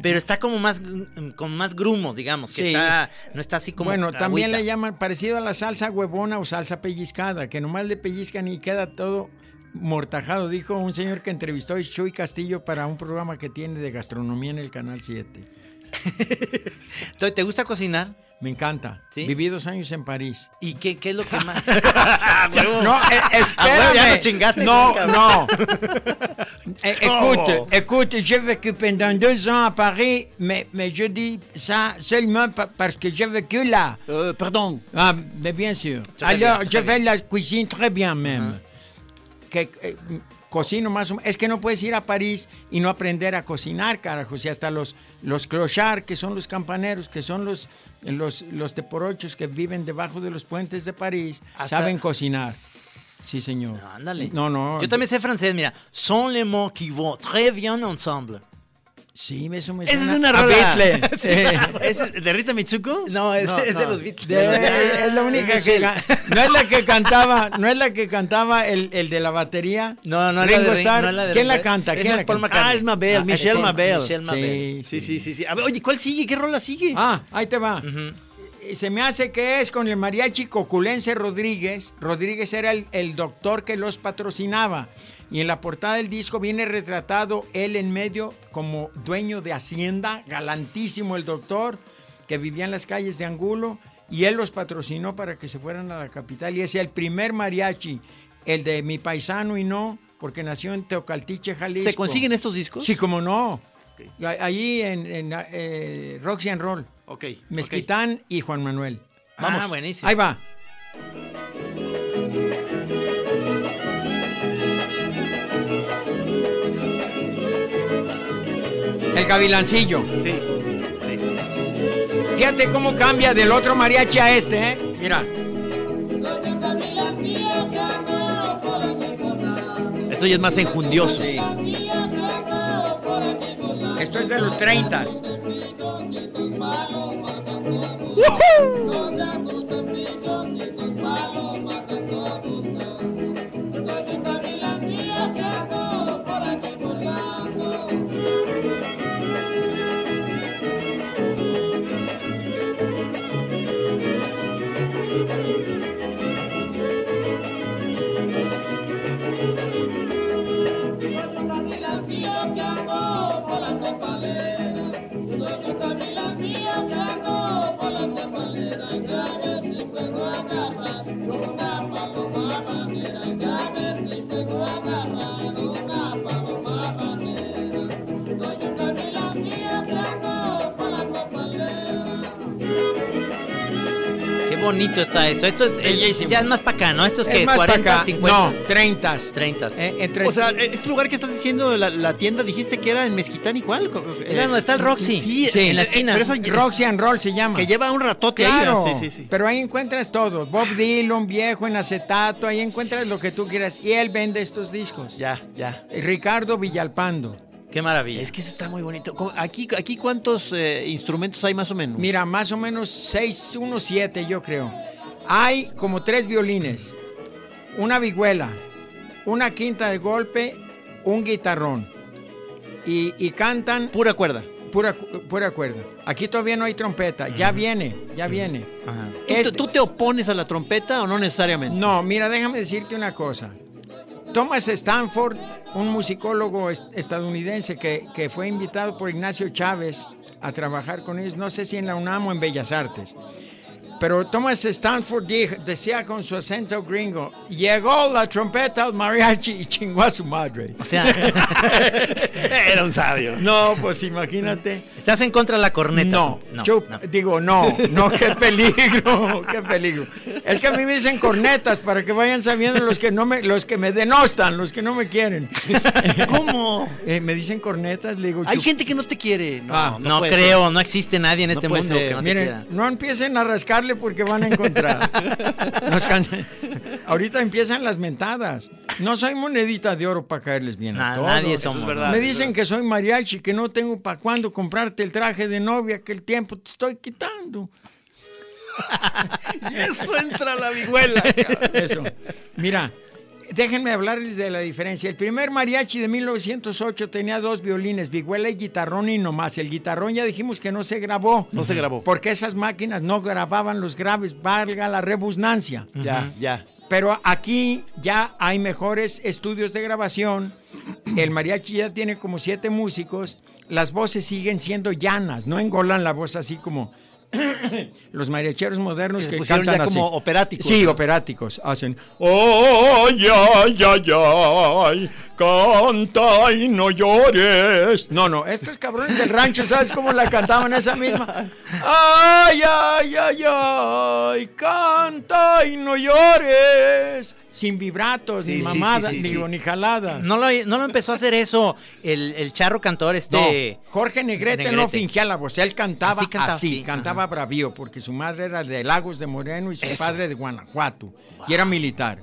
[SPEAKER 4] Pero está como más, gr- con más grumo, digamos, que
[SPEAKER 5] Sí.
[SPEAKER 4] está, no está así como
[SPEAKER 5] bueno, también
[SPEAKER 4] agüita.
[SPEAKER 5] le llaman parecido a la salsa huevona o salsa pellizcada, que nomás le pellizcan y queda todo mortajado, dijo un señor que entrevistó a Chuy Castillo para un programa que tiene de gastronomía en el Canal 7.
[SPEAKER 4] Entonces, ¿te gusta cocinar?
[SPEAKER 5] Me encanta.
[SPEAKER 4] ¿Sí?
[SPEAKER 5] Viví dos años en París.
[SPEAKER 4] ¿Y qué, qué es lo que más...?
[SPEAKER 5] No, eh, espérame.
[SPEAKER 4] ya lo chingaste,
[SPEAKER 5] no,
[SPEAKER 4] cabrón.
[SPEAKER 5] no.
[SPEAKER 4] Oh.
[SPEAKER 5] Eh, écoute, écoute, j'ai vécu pendant deux ans à Paris, mais, mais je dis ça seulement pa- parce que j'ai vécu là.
[SPEAKER 3] Eh, perdón.
[SPEAKER 5] Ah, mais bien sûr.
[SPEAKER 4] va bien, Uh-huh.
[SPEAKER 5] Alors,
[SPEAKER 4] Euh, ça
[SPEAKER 5] je
[SPEAKER 4] va
[SPEAKER 5] fais la cuisine très bien même. Que, eh, cocino más o menos. Es que no puedes ir a París y no aprender a cocinar, carajo. Si hasta los, los clochards, que son los campaneros, que son los, los, los teporochos que viven debajo de los puentes de París,
[SPEAKER 4] Hasta-
[SPEAKER 5] saben cocinar. Sí, señor.
[SPEAKER 4] Ándale.
[SPEAKER 5] No, no.
[SPEAKER 4] Yo tamtambién sé francés, mira. Son les mots qui vont très bien ensemble.
[SPEAKER 5] Sí, eso me
[SPEAKER 3] Esa es
[SPEAKER 5] suena
[SPEAKER 3] una
[SPEAKER 5] a
[SPEAKER 3] rola.
[SPEAKER 5] Beatle. Eh,
[SPEAKER 3] ¿Es de Rita Mitsuko?
[SPEAKER 4] No, es, es de
[SPEAKER 3] no.
[SPEAKER 4] los Beatles.
[SPEAKER 5] de- es la única que
[SPEAKER 4] Sí.
[SPEAKER 5] ca- no es la que cantaba no es la que cantaba el, el de la batería
[SPEAKER 4] No, no es la
[SPEAKER 5] Ringo
[SPEAKER 4] de Ring-
[SPEAKER 5] Starr.
[SPEAKER 4] no es la de
[SPEAKER 5] quién la
[SPEAKER 4] Ringo.
[SPEAKER 5] canta
[SPEAKER 4] Esa
[SPEAKER 5] ¿Quién
[SPEAKER 4] es
[SPEAKER 5] la
[SPEAKER 4] Paul
[SPEAKER 5] canta?
[SPEAKER 4] McCartney.
[SPEAKER 3] Ah, es Mabel,
[SPEAKER 4] Ah,
[SPEAKER 3] Michelle
[SPEAKER 4] es
[SPEAKER 3] Mabel.
[SPEAKER 4] Michelle Mabel.
[SPEAKER 3] Sí,
[SPEAKER 5] Sí,
[SPEAKER 3] sí, sí, sí. A ver, oye, ¿cuál sigue? ¿Qué rola sigue?
[SPEAKER 5] Ah, ahí te va. Eh, Se me hace que es con el mariachi Coculense Rodríguez. Rodríguez era el, el doctor que los patrocinaba. Y en la portada del disco viene retratado él en medio como dueño de Hacienda, galantísimo el doctor, que vivía en las calles de Angulo. Y él los patrocinó para que se fueran a la capital. Y es el primer mariachi, el de mi paisano y no, porque nació en Teocaltiche, Jalisco.
[SPEAKER 3] ¿Se consiguen estos discos?
[SPEAKER 5] Sí, como no. A- Allí en, en eh, Roxy and Roll.
[SPEAKER 3] Ok. ok.
[SPEAKER 5] Mezquitán y Juan Manuel.
[SPEAKER 4] Ah,
[SPEAKER 5] Vamos.
[SPEAKER 4] buenísimo.
[SPEAKER 5] Ahí va. El gavilancillo.
[SPEAKER 3] Sí, sí.
[SPEAKER 5] Fíjate cómo cambia del otro mariachi a este, ¿eh? Mira.
[SPEAKER 3] Esto ya es más enjundioso.
[SPEAKER 5] Esto es de los 30.
[SPEAKER 4] bonito está esto. Esto es,
[SPEAKER 5] Bellísimo.
[SPEAKER 4] ya es más para acá, ¿no? Esto es,
[SPEAKER 5] Es
[SPEAKER 4] que
[SPEAKER 5] más para
[SPEAKER 4] 40,
[SPEAKER 5] acá.
[SPEAKER 4] 50,
[SPEAKER 5] No, 30.
[SPEAKER 4] 30.
[SPEAKER 5] Eh, entre-
[SPEAKER 3] O sea, este lugar que estás diciendo, la, la tienda, dijiste que era en Mezquitán y cuál? eh,
[SPEAKER 4] Es donde está el Roxy,
[SPEAKER 3] Sí,
[SPEAKER 4] sí.
[SPEAKER 3] eh,
[SPEAKER 4] en la
[SPEAKER 3] eh,
[SPEAKER 4] esquina.
[SPEAKER 3] pero esa-
[SPEAKER 5] Roxy and Roll se llama.
[SPEAKER 3] que lleva un ratote
[SPEAKER 5] Claro,
[SPEAKER 3] ahí. ¿no? Sí, sí, sí.
[SPEAKER 5] pero ahí encuentras todo. Bob Dylan, viejo, en acetato, ahí encuentras lo que tú quieras. Y él vende estos discos.
[SPEAKER 3] Ya, ya.
[SPEAKER 5] Ricardo Villalpando.
[SPEAKER 4] Qué maravilla.
[SPEAKER 3] Es que eso está muy bonito. Co- Aquí, aquí ¿cuántos eh, instrumentos hay más o menos?
[SPEAKER 5] Mira, más o menos 6, 1, 7 yo creo. Hay como tres violines, una vihuela, una quinta de golpe, un guitarrón. Y, y cantan
[SPEAKER 3] pura cuerda.
[SPEAKER 5] pura, cu- pura cuerda. Aquí todavía no hay trompeta, ya viene, ya viene.
[SPEAKER 4] Ajá.
[SPEAKER 3] ¿Tú,
[SPEAKER 5] Este-
[SPEAKER 3] te, tú te opones a la trompeta o no necesariamente?
[SPEAKER 5] No, mira, déjame decirte una cosa. Thomas Stanford, un musicólogo est- estadounidense que, que fue invitado por Ignacio Chávez a trabajar con ellos, no sé si en la UNAM o en Bellas Artes, pero Thomas Stanford dij- decía con su acento gringo, llegó la trompeta al mariachi y chingó a su madre.
[SPEAKER 4] O sea,
[SPEAKER 3] Era un sabio.
[SPEAKER 5] No, pues imagínate.
[SPEAKER 4] estás en contra de la corneta.
[SPEAKER 5] No,
[SPEAKER 4] no.
[SPEAKER 5] yo
[SPEAKER 4] no.
[SPEAKER 5] digo, no, no, qué peligro, qué peligro. Es que a mí me dicen cornetas para que vayan sabiendo los que no me, los que me denostan, los que no me quieren.
[SPEAKER 3] ¿Cómo?
[SPEAKER 5] Eh, me dicen cornetas, le digo,
[SPEAKER 3] Hay
[SPEAKER 5] chup-
[SPEAKER 3] gente que no te quiere. No,
[SPEAKER 5] Ah,
[SPEAKER 4] No
[SPEAKER 3] puede
[SPEAKER 4] creo, no existe nadie en este
[SPEAKER 3] puede
[SPEAKER 4] mundo
[SPEAKER 3] ser.
[SPEAKER 4] que no te
[SPEAKER 5] miren,
[SPEAKER 4] quiera.
[SPEAKER 5] no empiecen a rascarle porque van a encontrar. Nos can- Ahorita empiezan las mentadas. No soy monedita de oro para caerles bien a
[SPEAKER 4] Na-
[SPEAKER 5] todos.
[SPEAKER 3] eso
[SPEAKER 4] nadie
[SPEAKER 3] es
[SPEAKER 4] somos. ¿no?
[SPEAKER 3] verdad.
[SPEAKER 5] Me dicen que soy mariachi, que no tengo para cuándo comprarte el traje de novia que el tiempo te estoy quitando.
[SPEAKER 3] ser. Eso entra a la vihuela.
[SPEAKER 5] Eso. Mira, déjenme hablarles de la diferencia. El primer mariachi de 1908 tenía dos violines, vihuela y guitarrón y nomás. El guitarrón ya dijimos que no se grabó.
[SPEAKER 3] No se grabó.
[SPEAKER 5] Porque esas máquinas no grababan los graves, valga la rebusnancia.
[SPEAKER 3] Ya, ya.
[SPEAKER 5] Pero aquí ya hay mejores estudios de grabación. El mariachi ya tiene como siete músicos. Las voces siguen siendo llanas, no engolan la voz así como los mariacheros modernos
[SPEAKER 3] Que se
[SPEAKER 5] que,
[SPEAKER 3] pusieron
[SPEAKER 5] cantan
[SPEAKER 3] ya
[SPEAKER 5] así.
[SPEAKER 3] como operáticos,
[SPEAKER 5] Sí,
[SPEAKER 3] ¿no?
[SPEAKER 5] operáticos. Hacen. ¡Ay, ay, ay, ay! Canta y no llores. No, no, estos cabrones del rancho, ¿sabes cómo la cantaban esa misma? ¡Ay, ay, ay, ay! Canta y no llores. Sin vibratos,
[SPEAKER 3] Sí,
[SPEAKER 5] ni
[SPEAKER 3] sí,
[SPEAKER 5] mamadas,
[SPEAKER 3] sí, sí,
[SPEAKER 5] digo,
[SPEAKER 3] sí.
[SPEAKER 5] ni jaladas.
[SPEAKER 4] No lo, no lo empezó a hacer eso el, el charro cantor
[SPEAKER 5] No,
[SPEAKER 4] este.
[SPEAKER 5] Jorge Negrete, no
[SPEAKER 4] Negrete.
[SPEAKER 5] fingía la voz, él cantaba
[SPEAKER 4] Así
[SPEAKER 5] así,
[SPEAKER 4] cantaba,
[SPEAKER 5] cantaba,
[SPEAKER 4] sí, ajá.
[SPEAKER 5] bravío, porque su madre era de Lagos de Moreno y su
[SPEAKER 4] Eso.
[SPEAKER 5] padre de Guanajuato, y era militar.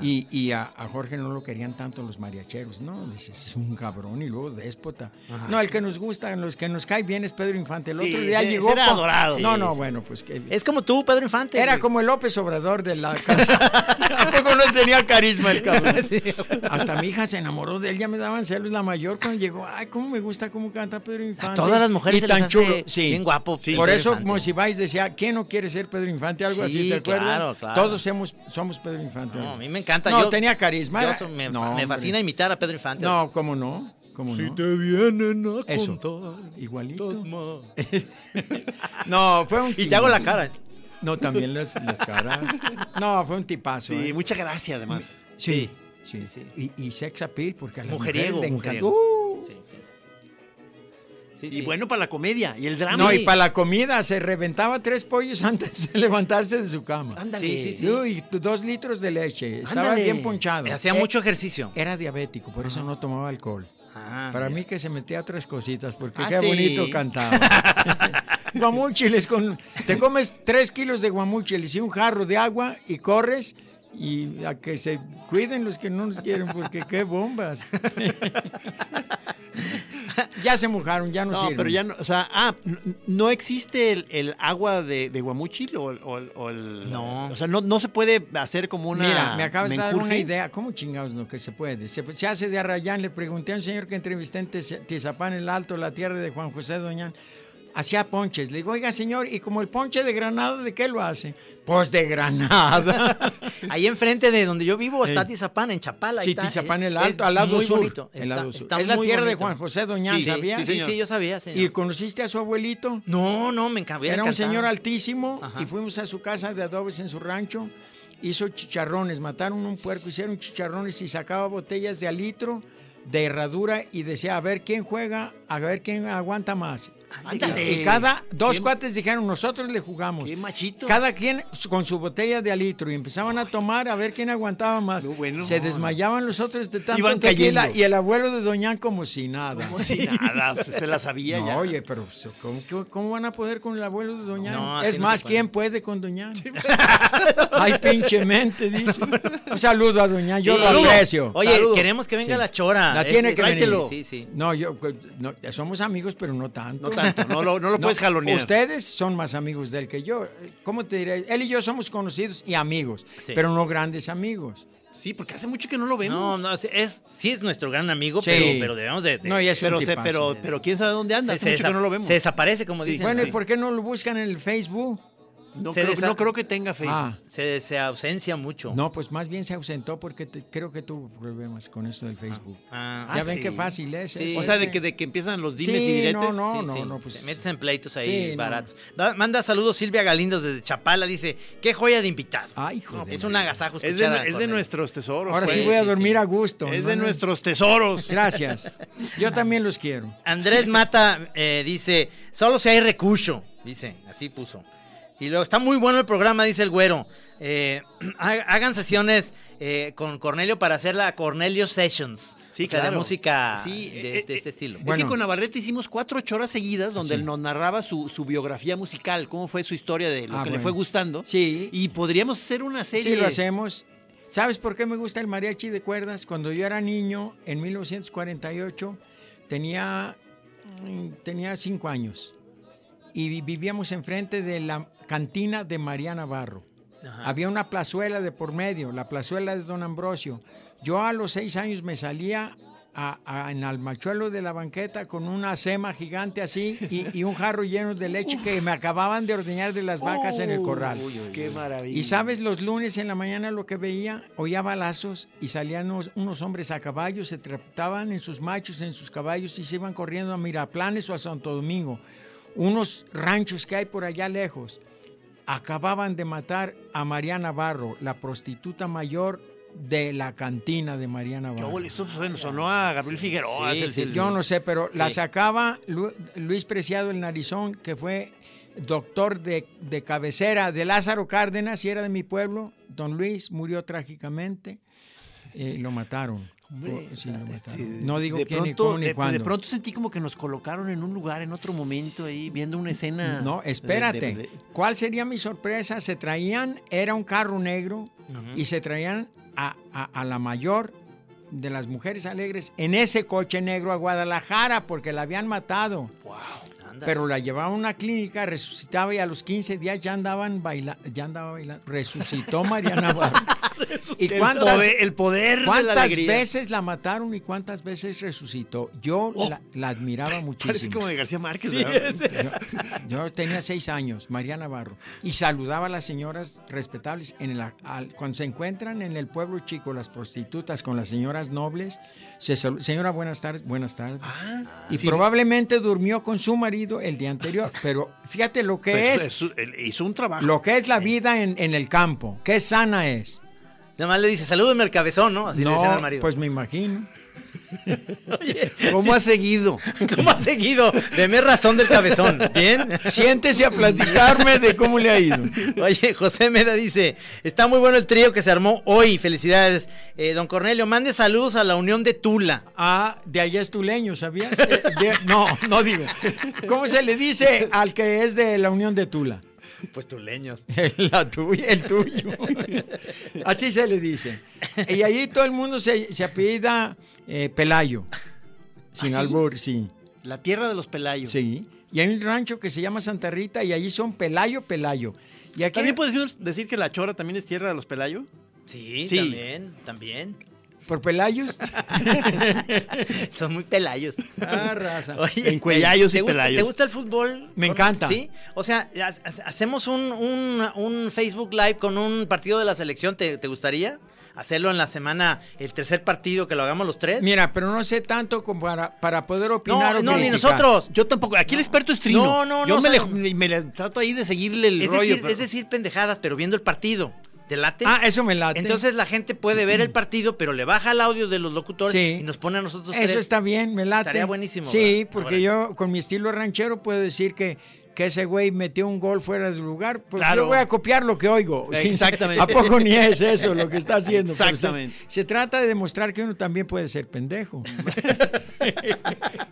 [SPEAKER 5] Y, y a, a Jorge no lo querían tanto los mariacheros, ¿no? Dices, es un cabrón y luego déspota. No, el que nos gusta, los que nos cae bien es Pedro Infante. El
[SPEAKER 3] Sí,
[SPEAKER 5] otro día
[SPEAKER 3] ese-
[SPEAKER 5] llegó.
[SPEAKER 3] ese era
[SPEAKER 5] con-
[SPEAKER 3] adorado.
[SPEAKER 5] No,
[SPEAKER 3] Sí,
[SPEAKER 5] no,
[SPEAKER 3] sí.
[SPEAKER 5] bueno, pues que.
[SPEAKER 4] Es como tú, Pedro Infante.
[SPEAKER 5] Era
[SPEAKER 4] güey.
[SPEAKER 5] como el López Obrador de la casa. Tampoco no tenía carisma el cabrón.
[SPEAKER 4] Sí.
[SPEAKER 5] Hasta mi hija se enamoró de él, ya me daban celos la mayor cuando llegó. Ay, cómo me gusta cómo canta Pedro Infante.
[SPEAKER 4] A todas las mujeres
[SPEAKER 5] Y
[SPEAKER 4] se les
[SPEAKER 5] tan
[SPEAKER 4] hace
[SPEAKER 5] chulo, sí.
[SPEAKER 4] bien guapo. Pedro
[SPEAKER 5] Por eso
[SPEAKER 4] Infante.
[SPEAKER 5] Monsiváis decía, ¿quién no quiere ser Pedro Infante? Algo
[SPEAKER 4] Sí,
[SPEAKER 5] así, ¿te acuerdas?
[SPEAKER 4] claro, claro.
[SPEAKER 5] Todos somos, somos Pedro Infante.
[SPEAKER 4] No, a mí me encanta.
[SPEAKER 5] No,
[SPEAKER 4] yo-
[SPEAKER 5] tenía carisma.
[SPEAKER 4] yo
[SPEAKER 5] era-
[SPEAKER 4] so- me,
[SPEAKER 5] No,
[SPEAKER 4] fa- me
[SPEAKER 5] hombre.
[SPEAKER 4] fascina imitar a Pedro Infante.
[SPEAKER 5] No, cómo no, cómo no.
[SPEAKER 3] vienen a
[SPEAKER 5] Eso. Igualito. No, fue un
[SPEAKER 4] Y te hago la
[SPEAKER 5] chingón.
[SPEAKER 4] cara.
[SPEAKER 5] No, también las, las caras. No, fue un tipazo.
[SPEAKER 3] Sí,
[SPEAKER 5] ¿eh?
[SPEAKER 3] mucha gracia además.
[SPEAKER 5] Sí,
[SPEAKER 4] sí,
[SPEAKER 5] sí,
[SPEAKER 4] sí.
[SPEAKER 5] Y, y sex appeal, porque a las
[SPEAKER 4] Mujeriego,
[SPEAKER 5] mujeres le
[SPEAKER 4] mujeriego.
[SPEAKER 5] encanta. ¡Uh!
[SPEAKER 4] Sí, sí. Sí,
[SPEAKER 3] Y
[SPEAKER 4] sí.
[SPEAKER 3] bueno para la comedia y el drama.
[SPEAKER 5] No,
[SPEAKER 4] Sí.
[SPEAKER 5] y para la comida, se reventaba tres pollos antes de levantarse de su cama.
[SPEAKER 3] Ándale.
[SPEAKER 4] Sí, sí, sí.
[SPEAKER 5] Uy, y dos litros de leche. Estaba
[SPEAKER 3] Ándale.
[SPEAKER 5] bien ponchado.
[SPEAKER 4] Hacía
[SPEAKER 5] Eh,
[SPEAKER 4] mucho ejercicio.
[SPEAKER 5] Era diabético, por eso no tomaba alcohol.
[SPEAKER 4] Ah,
[SPEAKER 5] Para
[SPEAKER 4] mira.
[SPEAKER 5] mí que se metía otras cositas, porque
[SPEAKER 3] Ah,
[SPEAKER 5] qué
[SPEAKER 3] sí.
[SPEAKER 5] bonito cantaba. guamúchiles con... Te comes tres kilos de guamúchiles y un jarro de agua y corres y a que se cuiden los que no nos quieren, porque qué bombas. ya se mojaron, ya no,
[SPEAKER 3] No,
[SPEAKER 5] sirven.
[SPEAKER 3] pero ya no, o sea, ah, n- n- no existe el, el agua de, de guamuchil o, el- o el- o el...
[SPEAKER 4] No.
[SPEAKER 3] O sea, no, no se puede hacer como una...
[SPEAKER 5] Mira, me acabas de dar una
[SPEAKER 3] menjurje.
[SPEAKER 5] idea. ¿Cómo chingados no que se puede? Se, se hace de Arrayán. Le pregunté a un señor que entrevisté en Tez- Tizapán, el Alto, la tierra de Juan José Doñán. Hacía ponches. Le digo, oiga, señor, ¿y como el ponche de granada, de qué lo hace? Pues de granada.
[SPEAKER 4] Ahí enfrente de donde yo vivo está Tizapán, en Chapala. ahí
[SPEAKER 5] sí,
[SPEAKER 4] está.
[SPEAKER 5] Tizapán, el
[SPEAKER 4] Es
[SPEAKER 5] Alto, al lado
[SPEAKER 4] muy
[SPEAKER 5] sur.
[SPEAKER 4] bonito.
[SPEAKER 5] El
[SPEAKER 4] Está-
[SPEAKER 5] lado sur.
[SPEAKER 4] está
[SPEAKER 5] es la
[SPEAKER 4] muy
[SPEAKER 5] tierra de
[SPEAKER 4] bonito.
[SPEAKER 5] Juan José Doñán,
[SPEAKER 4] Sí,
[SPEAKER 5] ¿sabía?
[SPEAKER 4] Sí, sí, sí, yo sabía,
[SPEAKER 5] ¿Y
[SPEAKER 4] señor.
[SPEAKER 5] conociste a su abuelito?
[SPEAKER 4] No, no, me encanta.
[SPEAKER 5] Era un señor altísimo
[SPEAKER 4] Ajá.
[SPEAKER 5] y fuimos a su casa de adobes en su rancho. Hizo chicharrones, mataron un puerco, hicieron chicharrones y sacaba botellas de alitro de herradura y decía, a ver quién juega, a ver quién aguanta más.
[SPEAKER 4] Ándale.
[SPEAKER 5] Y cada dos
[SPEAKER 3] Qué-
[SPEAKER 5] cuates dijeron, nosotros le jugamos.
[SPEAKER 3] qué machito.
[SPEAKER 5] Cada quien con su botella de alitro y empezaban a tomar a ver quién aguantaba más.
[SPEAKER 3] No, bueno.
[SPEAKER 5] Se desmayaban los otros de tanto
[SPEAKER 3] Iban
[SPEAKER 5] tequila
[SPEAKER 3] cayendo.
[SPEAKER 5] y el abuelo de Doñán como si nada.
[SPEAKER 3] Sí, nada, pues, se la sabía
[SPEAKER 5] No,
[SPEAKER 3] ya.
[SPEAKER 5] oye, pero pues, ¿cómo, qué- cómo van a poder con el abuelo de Doña?
[SPEAKER 4] No, así
[SPEAKER 5] es
[SPEAKER 4] no
[SPEAKER 5] más,
[SPEAKER 4] se puede. pues.
[SPEAKER 5] ¿quién puede con Doña? Ay, pinche mente, dice. Un saludo a Doña, yo lo
[SPEAKER 4] Saludo.
[SPEAKER 5] aprecio.
[SPEAKER 4] Oye,
[SPEAKER 5] Saludo.
[SPEAKER 4] queremos que venga
[SPEAKER 5] Sí.
[SPEAKER 4] la chora.
[SPEAKER 5] La
[SPEAKER 4] Eh,
[SPEAKER 5] tiene
[SPEAKER 4] eh,
[SPEAKER 5] que venir.
[SPEAKER 4] tráetelo. Sí, sí.
[SPEAKER 5] No, yo, pues, no, somos amigos, pero no tanto.
[SPEAKER 3] No tanto, no lo, no lo puedes jalonear.
[SPEAKER 5] Ustedes son más amigos de él que yo. Eh, ¿Cómo te diré? Él y yo somos conocidos y amigos,
[SPEAKER 4] Sí.
[SPEAKER 5] pero no grandes amigos.
[SPEAKER 3] Sí, porque hace mucho que no lo vemos.
[SPEAKER 4] No, no, sí, es, sí es nuestro gran amigo,
[SPEAKER 5] Sí.
[SPEAKER 4] pero, pero debemos de... de-
[SPEAKER 5] No, y es un
[SPEAKER 3] pero, se-
[SPEAKER 5] tipazo.
[SPEAKER 3] pero, pero quién sabe dónde anda,
[SPEAKER 4] se,
[SPEAKER 3] hace
[SPEAKER 4] se
[SPEAKER 3] mucho
[SPEAKER 4] desa-
[SPEAKER 3] que no lo vemos.
[SPEAKER 4] se desaparece, como dicen.
[SPEAKER 5] Bueno, ¿y
[SPEAKER 4] Sí.
[SPEAKER 5] por qué no lo buscan en el Facebook?
[SPEAKER 3] no,
[SPEAKER 4] se
[SPEAKER 3] creo,
[SPEAKER 4] desa-
[SPEAKER 3] no creo que tenga Facebook.
[SPEAKER 5] Ah.
[SPEAKER 4] se, se ausencia mucho.
[SPEAKER 5] No, pues más bien se ausentó porque te- creo que tuvo problemas con eso del Facebook.
[SPEAKER 4] Ah,
[SPEAKER 5] ya
[SPEAKER 3] ah,
[SPEAKER 5] ven
[SPEAKER 3] sí.
[SPEAKER 5] qué fácil es.
[SPEAKER 4] Sí.
[SPEAKER 5] es- este,
[SPEAKER 3] O sea, de que, de que empiezan los
[SPEAKER 5] Sí,
[SPEAKER 3] dimes y diretes.
[SPEAKER 5] no, no,
[SPEAKER 4] Sí,
[SPEAKER 5] no,
[SPEAKER 4] sí.
[SPEAKER 5] no, pues.
[SPEAKER 4] Te metes en pleitos ahí
[SPEAKER 5] Sí, no.
[SPEAKER 4] baratos. Da- Manda saludos Silvia Galindo desde Chapala. Dice, qué joya de invitado.
[SPEAKER 5] Ay, joder.
[SPEAKER 4] es un agasajo
[SPEAKER 3] Es
[SPEAKER 4] escuchar
[SPEAKER 3] de,
[SPEAKER 4] a
[SPEAKER 3] es de
[SPEAKER 4] Cornelio.
[SPEAKER 3] nuestros tesoros.
[SPEAKER 5] Ahora
[SPEAKER 3] pues.
[SPEAKER 5] sí voy a
[SPEAKER 4] sí,
[SPEAKER 5] dormir
[SPEAKER 4] sí.
[SPEAKER 5] a gusto.
[SPEAKER 3] Es
[SPEAKER 5] ¿no?
[SPEAKER 3] de
[SPEAKER 5] No-
[SPEAKER 3] nuestros tesoros.
[SPEAKER 5] Gracias. Yo también los quiero.
[SPEAKER 4] Andrés Mata eh, dice, solo si hay recucho, dice, así puso. Y luego, está muy bueno el programa, dice el güero. Eh, ha- hagan sesiones eh, con Cornelio para hacer la Cornelio Sessions.
[SPEAKER 3] Sí,
[SPEAKER 4] o sea, de
[SPEAKER 3] claro.
[SPEAKER 4] música
[SPEAKER 3] Sí,
[SPEAKER 4] de,
[SPEAKER 3] eh,
[SPEAKER 4] de
[SPEAKER 3] eh,
[SPEAKER 4] este estilo.
[SPEAKER 3] Es
[SPEAKER 5] Bueno.
[SPEAKER 3] que con Navarrete hicimos cuatro ocho horas seguidas donde
[SPEAKER 5] Sí.
[SPEAKER 3] él nos narraba su, su biografía musical, cómo fue su historia de lo
[SPEAKER 5] Ah,
[SPEAKER 3] que
[SPEAKER 5] bueno.
[SPEAKER 3] le fue gustando.
[SPEAKER 5] Sí.
[SPEAKER 3] Y podríamos hacer una serie.
[SPEAKER 5] Sí, lo hacemos. ¿Sabes por qué me gusta el mariachi de cuerdas? Cuando yo era niño, en 1948, tenía, mm, tenía cinco años. Y vi- vivíamos enfrente de la cantina de María Navarro.
[SPEAKER 4] Ajá.
[SPEAKER 5] Había una plazuela de por medio, la plazuela de Don Ambrosio. Yo a los seis años me salía a- a- en al machuelo de la banqueta con una sema gigante así y, y un jarro lleno de leche que me acababan de ordeñar de las vacas en el corral.
[SPEAKER 3] Qué maravilla.
[SPEAKER 5] Y sabes, los lunes en la mañana lo que veía, oía balazos y salían unos, unos hombres a caballo, se trataban en sus machos, en sus caballos y se iban corriendo a Miraplanes o a Santo Domingo, unos ranchos que hay por allá lejos. Acababan de matar a María Navarro, la prostituta mayor de la cantina de María
[SPEAKER 3] Qué
[SPEAKER 5] Navarro.
[SPEAKER 3] bueno, Esto sonó, sonó a Gabriel Figueroa.
[SPEAKER 4] sí,
[SPEAKER 3] es el-
[SPEAKER 4] sí,
[SPEAKER 3] el-
[SPEAKER 5] Eh, Yo no sé, pero la
[SPEAKER 4] Sí.
[SPEAKER 5] sacaba Lu- Luis Preciado el Narizón, que fue doctor de, de cabecera de Lázaro Cárdenas y era de mi pueblo. Don Luis murió trágicamente. eh, lo mataron.
[SPEAKER 3] Hombre,
[SPEAKER 5] Sí, lo mataron.
[SPEAKER 3] este,
[SPEAKER 5] no digo
[SPEAKER 3] de
[SPEAKER 5] quién ni
[SPEAKER 3] pronto-
[SPEAKER 5] cómo ni
[SPEAKER 3] de- de,
[SPEAKER 5] cuándo.
[SPEAKER 3] pronto sentí como que nos colocaron en un lugar, en otro momento, ahí, viendo una escena.
[SPEAKER 5] No,
[SPEAKER 3] de- de-
[SPEAKER 5] espérate.
[SPEAKER 3] de-
[SPEAKER 5] ¿Cuál sería mi sorpresa? Se traían, era un carro negro y se traían a, a- a la mayor de las mujeres alegres en ese coche negro a Guadalajara porque la habían matado.
[SPEAKER 4] Anda.
[SPEAKER 5] Pero la llevaba a una clínica, resucitaba y a los 15 días ya andaban baila, ya andaba bailando. Resucitó Mariana Navarro. ¿Y
[SPEAKER 3] el
[SPEAKER 5] cuántas,
[SPEAKER 3] poder, el poder de la
[SPEAKER 5] cuántas
[SPEAKER 3] alegría.
[SPEAKER 5] veces la mataron y cuántas veces resucitó? Yo la, la admiraba
[SPEAKER 3] Oh. Parece
[SPEAKER 5] muchísimo.
[SPEAKER 3] como de García Márquez, ¿verdad?
[SPEAKER 5] Yo, yo tenía seis años, María Navarro, y saludaba a las señoras respetables en el, al- cuando se encuentran en el pueblo chico las prostitutas con las señoras nobles. Se salu- señora, buenas tardes, buenas tardes.
[SPEAKER 3] Ah,
[SPEAKER 5] y
[SPEAKER 3] sí.
[SPEAKER 5] probablemente durmió con su marido el día anterior, pero fíjate lo que
[SPEAKER 3] Pues,
[SPEAKER 5] es,
[SPEAKER 3] es- él hizo un trabajo.
[SPEAKER 5] lo que es la vida en, en el campo, qué sana es.
[SPEAKER 4] Nada más le dice, salúdeme al cabezón, ¿no? Así le decían
[SPEAKER 5] No,
[SPEAKER 4] al marido.
[SPEAKER 5] pues me imagino.
[SPEAKER 3] ¿Cómo ha seguido?
[SPEAKER 4] ¿Cómo ha seguido? Deme razón del cabezón. ¿Bien?
[SPEAKER 5] Siéntese a platicarme de cómo le ha ido.
[SPEAKER 4] Oye, José Meda dice, está muy bueno el trío que se armó hoy, felicidades. Eh, don Cornelio, mande saludos a la Unión de Tula.
[SPEAKER 5] Ah, de allá es tuleño, ¿sabías? Eh, de- no, no digo. ¿Cómo se le dice al que es de la Unión de Tula?
[SPEAKER 4] Pues tuleños.
[SPEAKER 5] La tuya, el tuyo. Así se le dice. Y ahí todo el mundo se, se apellida eh, Pelayo.
[SPEAKER 4] ¿Ah,
[SPEAKER 5] Sin albur, sí.
[SPEAKER 3] La tierra de los pelayos.
[SPEAKER 5] Sí. Y hay un rancho que se llama Santa Rita y ahí son Pelayo, Pelayo. Y aquí,
[SPEAKER 3] ¿También puedes decir que la chora también es tierra de los pelayos?
[SPEAKER 4] Sí,
[SPEAKER 3] Sí.
[SPEAKER 4] también, también.
[SPEAKER 5] por Pelayos,
[SPEAKER 4] Son muy pelayos.
[SPEAKER 5] ah, raza.
[SPEAKER 4] Oye,
[SPEAKER 3] En cuellayos y
[SPEAKER 4] ¿te gusta,
[SPEAKER 3] pelayos.
[SPEAKER 4] ¿Te gusta el fútbol?
[SPEAKER 5] Me
[SPEAKER 4] Cornelio?
[SPEAKER 5] encanta.
[SPEAKER 4] Sí. O sea, ha- ha- hacemos un, un- un Facebook Live con un partido de la selección, ¿te, te gustaría? Hacerlo en la semana, el tercer partido, que lo hagamos los tres.
[SPEAKER 5] Mira, pero no sé tanto como para, para poder opinar
[SPEAKER 4] no,
[SPEAKER 5] o
[SPEAKER 4] no, ni
[SPEAKER 5] criticar.
[SPEAKER 4] nosotros.
[SPEAKER 3] Yo tampoco. Aquí el experto es Trino.
[SPEAKER 4] No, no,
[SPEAKER 3] Yo
[SPEAKER 4] no,
[SPEAKER 3] me,
[SPEAKER 4] o sea,
[SPEAKER 3] le, me le trato ahí de seguirle el
[SPEAKER 4] Es
[SPEAKER 3] rollo.
[SPEAKER 4] decir,
[SPEAKER 3] pero-
[SPEAKER 4] es decir, pendejadas, pero viendo el partido. ¿Te late?
[SPEAKER 5] Ah, eso me late.
[SPEAKER 4] Entonces la gente puede ver el partido, pero le baja el audio de los locutores
[SPEAKER 5] Sí.
[SPEAKER 4] y nos pone a nosotros
[SPEAKER 5] Eso
[SPEAKER 4] tres.
[SPEAKER 5] está bien, me late.
[SPEAKER 4] Estaría buenísimo,
[SPEAKER 5] Sí,
[SPEAKER 4] ¿verdad?
[SPEAKER 5] porque yo con mi estilo ranchero puedo decir que, que ese güey metió un gol fuera de su lugar. Pues
[SPEAKER 3] Claro.
[SPEAKER 5] yo voy a copiar lo que oigo. Sí,
[SPEAKER 3] Exactamente.
[SPEAKER 5] ¿A poco ni es eso lo que está haciendo? Pero
[SPEAKER 3] Exactamente.
[SPEAKER 5] Se, se trata de demostrar que uno también puede ser pendejo.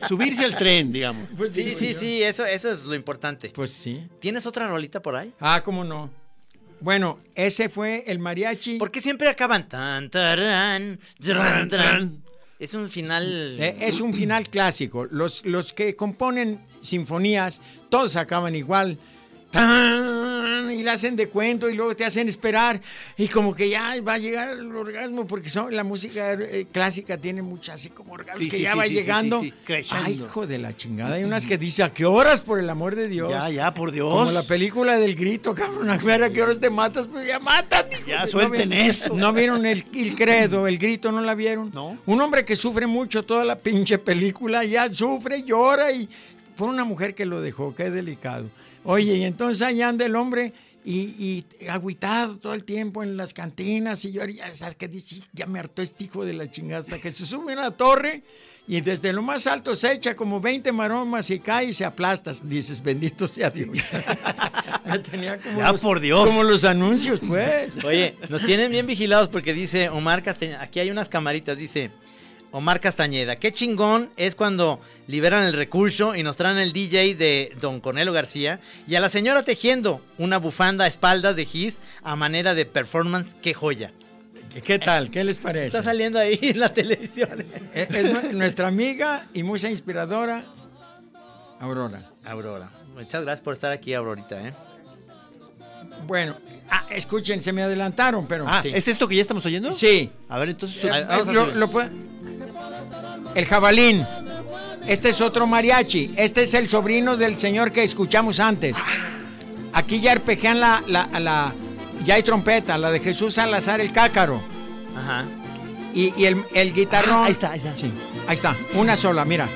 [SPEAKER 3] Subirse al tren, digamos.
[SPEAKER 5] Pues
[SPEAKER 4] Sí,
[SPEAKER 5] digo
[SPEAKER 4] sí,
[SPEAKER 5] yo.
[SPEAKER 4] sí, eso, eso es lo importante.
[SPEAKER 5] Pues sí.
[SPEAKER 4] ¿Tienes otra rolita por ahí?
[SPEAKER 5] Ah, cómo no. Bueno, ese fue el mariachi.
[SPEAKER 4] ¿Por qué siempre acaban tan, tarán, tarán, tarán? Es un final.
[SPEAKER 5] Eh, es un final clásico. Los, los que componen sinfonías, todos acaban igual. ¡Tan! Y la hacen de cuento y luego te hacen esperar. Y como que ya va a llegar el orgasmo, porque son, la música eh, clásica tiene muchas así como orgasmos
[SPEAKER 3] Sí,
[SPEAKER 5] que
[SPEAKER 3] sí,
[SPEAKER 5] ya
[SPEAKER 3] sí,
[SPEAKER 5] va
[SPEAKER 3] sí, sí,
[SPEAKER 5] llegando.
[SPEAKER 3] sí, sí, creciendo. Mm,
[SPEAKER 5] Ay, hijo de la chingada. Hay unas que dice ¿a qué horas, por el amor de Dios?
[SPEAKER 3] Ya, ya, por Dios.
[SPEAKER 5] Como la película del grito, cabrón. A ver, ¿a qué horas te matas? Pues ya mátate. hijo
[SPEAKER 3] Ya,
[SPEAKER 5] de-
[SPEAKER 3] suelten
[SPEAKER 5] vi-
[SPEAKER 3] eso.
[SPEAKER 5] No vieron el, el credo, el grito, ¿no la vieron?
[SPEAKER 3] No.
[SPEAKER 5] Un hombre que sufre mucho toda la pinche película, ya sufre, llora y... Por una mujer que lo dejó, qué delicado. Oye, y entonces allá anda el hombre y, y agüitado todo el tiempo en las cantinas y yo ya sabes que dice, ya me hartó este hijo de la chingada, hasta que se sube a una torre y desde lo más alto se echa como 20 maromas y cae y se aplastas. Dices, bendito sea Dios. Ya tenía como
[SPEAKER 3] Ya, por Dios.
[SPEAKER 5] Como los anuncios, pues.
[SPEAKER 4] Oye, nos tienen bien vigilados porque dice Omar Castañeda. Aquí hay unas camaritas, dice Omar Castañeda. Qué chingón es cuando liberan el recurso y nos traen el DJ de Don Cornelo García y a la señora tejiendo una bufanda a espaldas de Gis a manera de performance. Qué joya.
[SPEAKER 5] ¿Qué tal? ¿Qué les parece?
[SPEAKER 4] Está saliendo ahí en la televisión.
[SPEAKER 5] Es, es nu- nuestra amiga y mucha inspiradora, Aurora.
[SPEAKER 4] Aurora. Muchas gracias por estar aquí, Aurorita, ¿eh?
[SPEAKER 5] Bueno, ah, escuchen, se me adelantaron, pero.
[SPEAKER 3] Ah,
[SPEAKER 5] sí.
[SPEAKER 3] ¿es esto que ya estamos oyendo? Ah,
[SPEAKER 5] Sí.
[SPEAKER 3] A ver, entonces.
[SPEAKER 5] Eh,
[SPEAKER 4] vamos a
[SPEAKER 5] lo-
[SPEAKER 4] subir.
[SPEAKER 5] lo puede- El jabalín. Este es otro mariachi. Este es el sobrino del señor que escuchamos antes. Aquí ya arpejean la, la, la- Ya hay trompeta, la de Jesús Salazar el Cácaro.
[SPEAKER 4] Ajá.
[SPEAKER 5] Y, y el, el guitarrón.
[SPEAKER 3] Ah, ahí está, ahí está.
[SPEAKER 5] Sí, ahí está. Una sola, mira.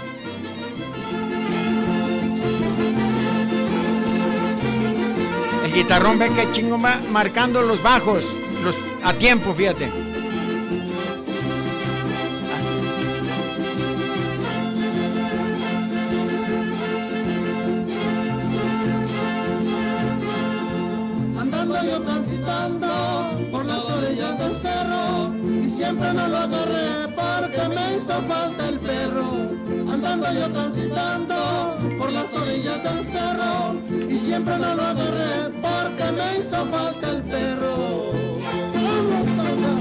[SPEAKER 5] El guitarrón ve que chingo va marcando los bajos. Los, a tiempo, fíjate.
[SPEAKER 6] Andando yo transitando por las orillas del cerro y siempre no lo agarré porque me hizo falta el perro. Andando yo transitando por las orillas del cerro y siempre no lo agarré porque me hizo falta el perro. Vamos pa' allá.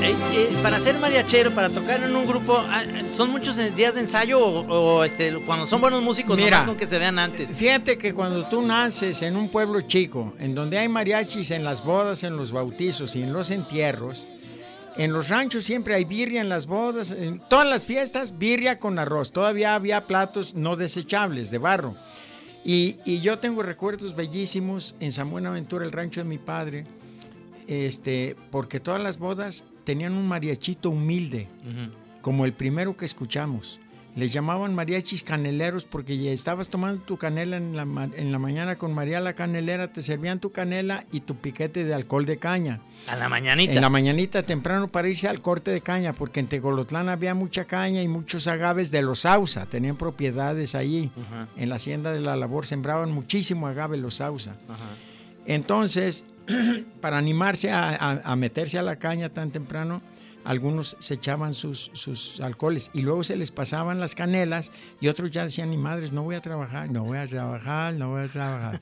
[SPEAKER 4] Ey, eh, para ser mariachero, para tocar en un grupo, ah, ah, ¿son muchos en- días de ensayo o, o, este, cuando son buenos músicos,
[SPEAKER 5] Mira.
[SPEAKER 4] nomás con que se vean antes?
[SPEAKER 5] Fíjate que cuando tú naces en un pueblo chico, en donde hay mariachis en las bodas, en los bautizos y en los entierros, en los ranchos siempre hay birria en las bodas, en todas las fiestas, birria con arroz. Todavía había platos no desechables de barro. Y, y yo tengo recuerdos bellísimos en San Buenaventura, el rancho de mi padre, este, porque todas las bodas tenían un mariachito humilde
[SPEAKER 4] Ujú.
[SPEAKER 5] como el primero que escuchamos. Les llamaban mariachis caneleros porque ya estabas tomando tu canela en la, ma- en la mañana con María la canelera, te servían tu canela y tu piquete de alcohol de caña.
[SPEAKER 4] A la mañanita.
[SPEAKER 5] En la mañanita temprano para irse al corte de caña, porque en Tegolotlán había mucha caña y muchos agaves de los Sausa, tenían propiedades allí.
[SPEAKER 4] Ajá,
[SPEAKER 5] En la hacienda de la labor sembraban muchísimo agave los Sausa.
[SPEAKER 4] ajá.
[SPEAKER 5] Entonces, para animarse a, a- a meterse a la caña tan temprano, algunos se echaban sus, sus alcoholes y luego se les pasaban las canelas y otros ya decían, ni madres, no voy a trabajar, no voy a trabajar, no voy a trabajar.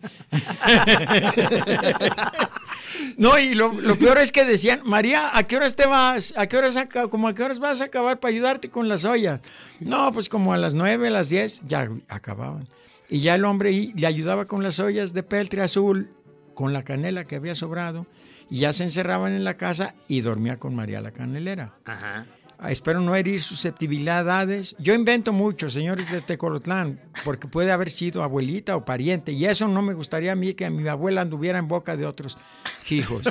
[SPEAKER 5] No, y lo, lo peor es que decían, María, ¿a qué horas te vas? ¿A qué horas, aca- como a qué horas vas a acabar para ayudarte con las ollas? No, pues como a las nueve, a las diez, ya acababan. Y ya el hombre ahí le ayudaba con las ollas de peltre azul, con la canela que había sobrado, y ya se encerraban en la casa y dormía con María la canelera. Ah,
[SPEAKER 4] Ajá.
[SPEAKER 5] Espero no herir susceptibilidades. Yo invento mucho, señores de Tecolotlán, porque puede haber sido abuelita o pariente, y eso no me gustaría a mí que mi abuela anduviera en boca de otros hijos.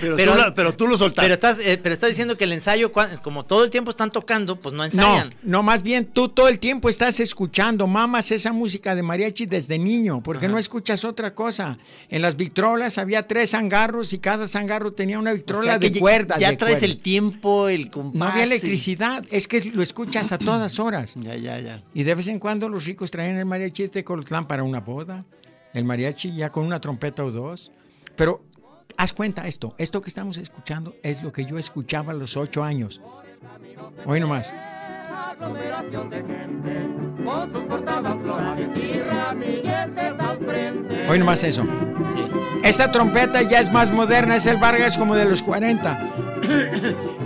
[SPEAKER 3] Pero, tú, la- pero tú lo soltaste.
[SPEAKER 4] Pero estás, eh, pero estás diciendo que el ensayo, cuan- como todo el tiempo están tocando, pues no
[SPEAKER 5] No,
[SPEAKER 4] ensayan.
[SPEAKER 5] no, más bien tú todo el tiempo estás escuchando, mamas, esa música de mariachi desde niño, porque no escuchas otra cosa. En las victrolas había tres zangarros y cada zangarro tenía una
[SPEAKER 4] O
[SPEAKER 5] victrola
[SPEAKER 4] sea, que
[SPEAKER 5] de
[SPEAKER 4] ya-
[SPEAKER 5] cuerda.
[SPEAKER 4] Ya
[SPEAKER 5] de
[SPEAKER 4] traes
[SPEAKER 5] cuerda.
[SPEAKER 4] el tiempo, el compás.
[SPEAKER 5] No había
[SPEAKER 4] el-
[SPEAKER 5] electricidad, es que lo escuchas a todas horas.
[SPEAKER 4] Ya, ya, ya.
[SPEAKER 5] Y de vez en cuando los ricos traen el mariachi de Colotlán para una boda, el mariachi ya con una trompeta o dos. Pero haz cuenta esto, esto que estamos escuchando es lo que yo escuchaba a los ocho años. Hoy nomás. Hoy nomás eso.
[SPEAKER 4] Sí.
[SPEAKER 5] Esa trompeta ya es más moderna, es el Vargas como de los 40.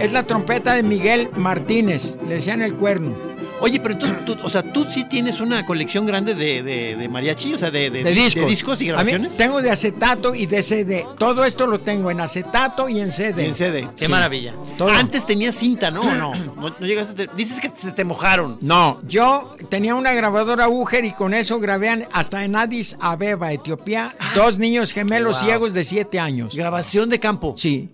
[SPEAKER 5] es la trompeta de Miguel Martínez, le decían el cuerno.
[SPEAKER 3] Oye, pero entonces, tú, o sea, tú sí tienes una colección grande de, de, de mariachi, o sea, de, de-
[SPEAKER 5] de discos.
[SPEAKER 3] y
[SPEAKER 5] A mí
[SPEAKER 3] grabaciones.
[SPEAKER 5] tengo de acetato y de CD. Todo esto lo tengo en acetato y en CD.
[SPEAKER 3] Y en CD.
[SPEAKER 4] Qué maravilla.
[SPEAKER 5] Todo.
[SPEAKER 3] Antes tenía cinta, ¿no? ¿O No, no, no llegaste a tener- Dices que se te mojaron.
[SPEAKER 5] No, yo tenía una grabadora Uger y con eso grabé an- hasta en Addis Abeba, Etiopía, dos niños gemelos ciegos de siete años.
[SPEAKER 3] Grabación de campo. Ah,
[SPEAKER 5] Sí,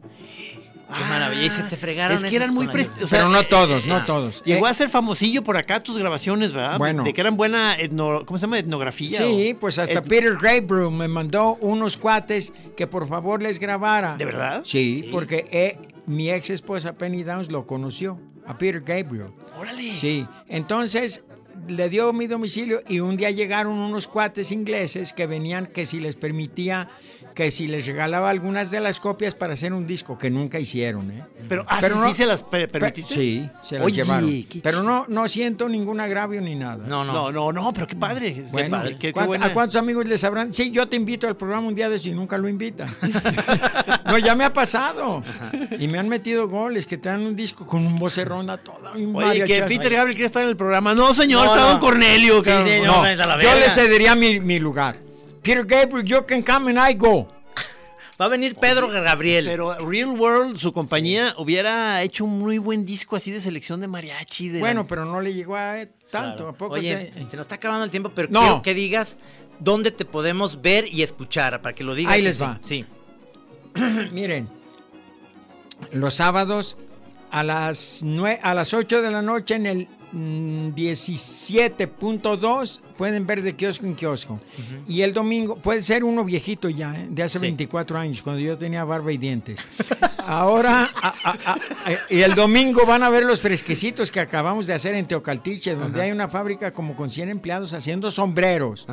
[SPEAKER 4] Qué maravilla. Y se te fregaron.
[SPEAKER 3] Es que
[SPEAKER 4] esas
[SPEAKER 3] eran muy
[SPEAKER 4] con
[SPEAKER 3] prestigiosas.
[SPEAKER 5] pero no todos, no todos.
[SPEAKER 3] ah, Llegó
[SPEAKER 5] Eh,
[SPEAKER 3] a ser famosillo por acá tus grabaciones, ¿verdad?
[SPEAKER 5] Bueno.
[SPEAKER 3] De que eran buena etno, ¿cómo se llama? etnografía.
[SPEAKER 5] Sí,
[SPEAKER 3] o-
[SPEAKER 5] pues hasta
[SPEAKER 3] et-
[SPEAKER 5] Peter Graybroom me mandó unos cuates que por favor les grabara.
[SPEAKER 3] ¿De verdad?
[SPEAKER 5] Sí, porque eh, mi ex esposa Penny Downs lo conoció, a Peter Gabriel.
[SPEAKER 3] Órale.
[SPEAKER 5] Sí, entonces le dio mi domicilio y un día llegaron unos cuates ingleses que venían que si les permitía, que si les regalaba algunas de las copias para hacer un disco, que nunca hicieron, ¿eh?
[SPEAKER 3] Pero, ah,
[SPEAKER 5] Pero
[SPEAKER 3] sí,
[SPEAKER 5] no-
[SPEAKER 3] sí se las per-
[SPEAKER 5] Pe-
[SPEAKER 3] permitiste.
[SPEAKER 5] Sí, se las
[SPEAKER 3] Oye,
[SPEAKER 5] llevaron.
[SPEAKER 3] qué
[SPEAKER 5] Pero no, no siento ningún agravio ni nada.
[SPEAKER 4] No, no.
[SPEAKER 3] No, no, no, pero qué padre. qué
[SPEAKER 5] Bueno,
[SPEAKER 3] padre, qué- qué
[SPEAKER 5] ¿cuánto-
[SPEAKER 3] buena-
[SPEAKER 5] ¿A cuántos amigos les habrán? Sí, yo te invito al programa un día de si nunca lo invita. no, ya me ha pasado. Y me han metido goles que te dan un disco con un vocerrón a toda. y un
[SPEAKER 3] Oye, que
[SPEAKER 5] mariachazo.
[SPEAKER 3] Peter Gabriel quiere estar en el programa. No, señor,
[SPEAKER 4] No,
[SPEAKER 3] estaba
[SPEAKER 4] no.
[SPEAKER 3] en Cornelio,
[SPEAKER 4] Sí,
[SPEAKER 3] cabrón.
[SPEAKER 4] sí,
[SPEAKER 5] No,
[SPEAKER 4] no, es a la
[SPEAKER 5] yo
[SPEAKER 4] verga.
[SPEAKER 5] le cedería mi, mi lugar. Peter Gabriel, you can come and I go.
[SPEAKER 4] Va a venir Pedro Gabriel.
[SPEAKER 3] Pero Real World, su compañía, hubiera hecho un muy buen disco así de selección de mariachi. de la-
[SPEAKER 5] Bueno, pero no le llegó a eh, tanto.
[SPEAKER 4] Claro.
[SPEAKER 5] ¿A poco
[SPEAKER 4] Oye,
[SPEAKER 5] se-
[SPEAKER 4] se nos está acabando el tiempo, pero
[SPEAKER 5] No.
[SPEAKER 4] quiero que digas dónde te podemos ver y escuchar, para que lo digas.
[SPEAKER 5] Ahí
[SPEAKER 4] que
[SPEAKER 5] les
[SPEAKER 4] sí.
[SPEAKER 5] va.
[SPEAKER 4] Sí.
[SPEAKER 5] Miren, los sábados a las, nue- a las 8 de la noche en el mm, 17.2 pueden ver de kiosco en kiosco. Y el domingo, puede ser uno viejito ya, ¿eh? de hace
[SPEAKER 4] Sí.
[SPEAKER 5] 24 años, cuando yo tenía barba y dientes. Ahora, a- a- a- a- y el domingo van a ver los fresquecitos que acabamos de hacer en Teocaltiche, donde hay una fábrica como con 100 empleados haciendo sombreros.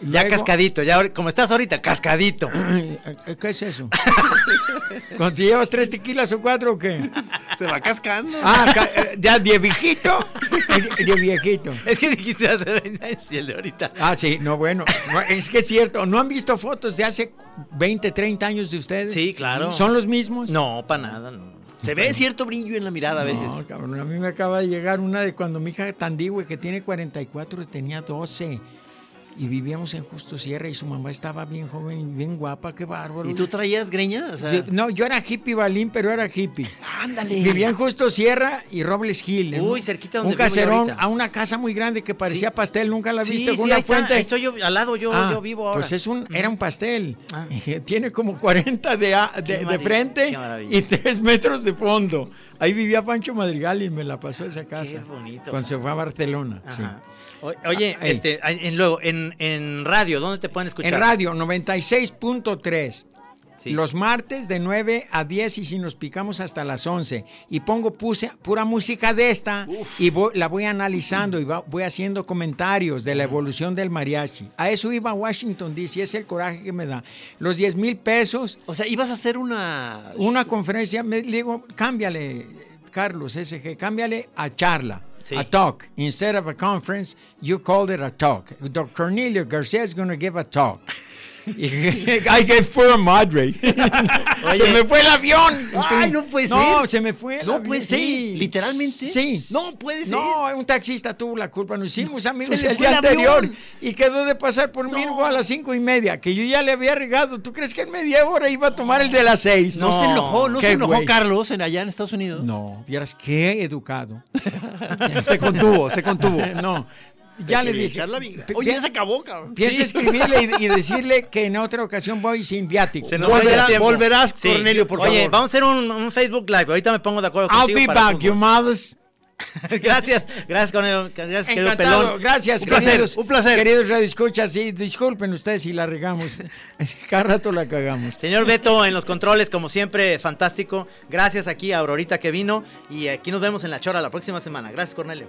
[SPEAKER 4] Ya
[SPEAKER 5] Luego-
[SPEAKER 4] cascadito, ya ahor- como estás ahorita, cascadito.
[SPEAKER 5] ¿Qué es eso? ¿Cuando te llevas tres tequilas o cuatro o qué?
[SPEAKER 3] pues, Se va cascando.
[SPEAKER 5] Ah, ca- eh, ya de viejito. De- De viejito.
[SPEAKER 4] es que dijiste "Ah, hace 20 años y el de ahorita.
[SPEAKER 5] Ah, sí, no, bueno. No, es que es cierto. ¿No han visto fotos de hace 20, 30 años de ustedes?
[SPEAKER 4] Sí, claro.
[SPEAKER 5] ¿Son los mismos?
[SPEAKER 4] No, para nada, no.
[SPEAKER 3] Se ve cierto brillo en la mirada a veces.
[SPEAKER 5] No, cabrón, a mí me acaba de llegar una de cuando mi hija Tandigüe, que tiene 44, tenía 12. Y vivíamos en Justo Sierra y su mamá estaba bien joven y bien guapa, qué bárbaro.
[SPEAKER 3] ¿Y tú traías greña? O sea,
[SPEAKER 5] Yo- no, yo era hippie balín, pero era hippie.
[SPEAKER 3] ándale.
[SPEAKER 5] Vivía en Justo Sierra y Robles Hill. en
[SPEAKER 4] Uy,
[SPEAKER 5] un-
[SPEAKER 4] cerquita donde
[SPEAKER 5] Un
[SPEAKER 4] vivo yo
[SPEAKER 5] caserón,
[SPEAKER 4] ahorita.
[SPEAKER 5] a una casa muy grande que parecía pastel, nunca la he
[SPEAKER 4] Sí,
[SPEAKER 5] visto, con
[SPEAKER 4] sí,
[SPEAKER 5] una
[SPEAKER 4] ahí, está,
[SPEAKER 5] fuente.
[SPEAKER 4] ahí estoy yo, al lado yo,
[SPEAKER 5] Ah,
[SPEAKER 4] yo vivo ahora.
[SPEAKER 5] Pues es un, era un pastel. Eh,
[SPEAKER 4] Ah.
[SPEAKER 5] Tiene como 40 de, a- de- de
[SPEAKER 4] maravilla,
[SPEAKER 5] frente
[SPEAKER 4] qué maravilla.
[SPEAKER 5] y 3 metros de fondo. Ahí vivía Pancho Madrigal y me la pasó esa casa.
[SPEAKER 4] bonito.
[SPEAKER 5] Cuando se fue a Barcelona. sí.
[SPEAKER 4] Ajá. O- Oye,
[SPEAKER 5] Ah, ahí.
[SPEAKER 4] este, en, en- luego, en, en radio, ¿dónde te pueden escuchar?
[SPEAKER 5] En radio, 96.3.
[SPEAKER 4] Sí.
[SPEAKER 5] Los martes de 9 a 10 y si nos picamos hasta las 11. Y pongo puse- pura música de esta y voy- la voy analizando y va- voy haciendo comentarios de la evolución del mariachi. A eso iba a Washington DC, es el coraje que me da. Los 10 mil pesos,
[SPEAKER 3] O sea, ibas a hacer una.
[SPEAKER 5] una conferencia, me le digo, cámbiale, Carlos SG, cámbiale a charla.
[SPEAKER 4] Sí.
[SPEAKER 5] A talk. Instead of a conference, you called it a talk. Dr. Cornelio Garcia is going to give a talk. I gave for a madre. se me fue el avión.
[SPEAKER 1] Ay, no puede
[SPEAKER 5] No,
[SPEAKER 1] ser.
[SPEAKER 5] se me fue el
[SPEAKER 1] No
[SPEAKER 5] avión,
[SPEAKER 1] puede ser,
[SPEAKER 5] sí.
[SPEAKER 1] literalmente.
[SPEAKER 5] Sí.
[SPEAKER 1] No puede ser.
[SPEAKER 5] No, un taxista tuvo la culpa. Nos hicimos amigos
[SPEAKER 1] Se le
[SPEAKER 5] el
[SPEAKER 1] fue
[SPEAKER 5] día
[SPEAKER 1] el avión.
[SPEAKER 5] anterior y quedó de pasar por Mirgo a las cinco y media, que yo ya le había regado. ¿Tú crees que en media hora iba a tomar el de las seis?
[SPEAKER 3] No, Ah, se enojó, no
[SPEAKER 5] qué
[SPEAKER 3] se enojó
[SPEAKER 5] güey.
[SPEAKER 3] Carlos en allá en Estados Unidos.
[SPEAKER 5] No, vieras qué educado.
[SPEAKER 3] Se contuvo, se contuvo.
[SPEAKER 5] no, ya le
[SPEAKER 3] quería
[SPEAKER 5] dije.
[SPEAKER 3] echar la vida.
[SPEAKER 5] pi-
[SPEAKER 1] Oye, ya se acabó, cabrón.
[SPEAKER 5] Pienso escribirle y, y decirle que en otra ocasión voy sin viático.
[SPEAKER 4] Se nos
[SPEAKER 3] Volverá-
[SPEAKER 4] vaya el tiempo.
[SPEAKER 3] volverás, Cornelio, por
[SPEAKER 4] Oye,
[SPEAKER 3] favor.
[SPEAKER 4] vamos a hacer un, un Facebook Live. Ahorita me pongo de acuerdo
[SPEAKER 5] I'll
[SPEAKER 4] contigo.
[SPEAKER 5] be
[SPEAKER 4] para
[SPEAKER 5] back,
[SPEAKER 4] fútbol.
[SPEAKER 5] you mothers.
[SPEAKER 4] Gracias, gracias, Cornelio. Gracias, querido
[SPEAKER 5] Encantado,
[SPEAKER 4] pelón.
[SPEAKER 5] gracias.
[SPEAKER 4] Un placer,
[SPEAKER 5] queridos-
[SPEAKER 4] un placer.
[SPEAKER 5] Queridos radioescuchas, sí, disculpen ustedes si la regamos. Cada rato la cagamos.
[SPEAKER 4] Señor Beto, en los controles, como siempre, fantástico. Gracias aquí a Aurorita que vino. Y aquí nos vemos en La Chora la próxima semana. Gracias, Cornelio.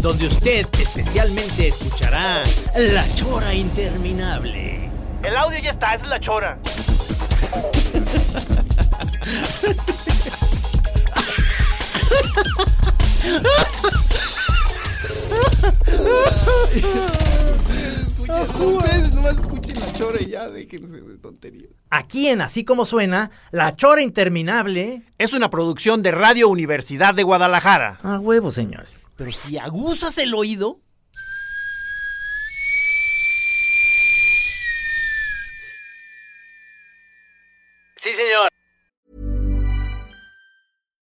[SPEAKER 4] donde usted especialmente escuchará La Chora Interminable.
[SPEAKER 3] El audio ya está, esa es la Chora.
[SPEAKER 1] Ustedes nomás escuchen la chora y ya déjense de tonterías.
[SPEAKER 4] Aquí en Así Como Suena, La Chora Interminable.
[SPEAKER 3] Es una producción de Radio Universidad de Guadalajara.
[SPEAKER 4] A huevo, señores.
[SPEAKER 1] Pero si aguzas el oído,
[SPEAKER 4] Sí, señor.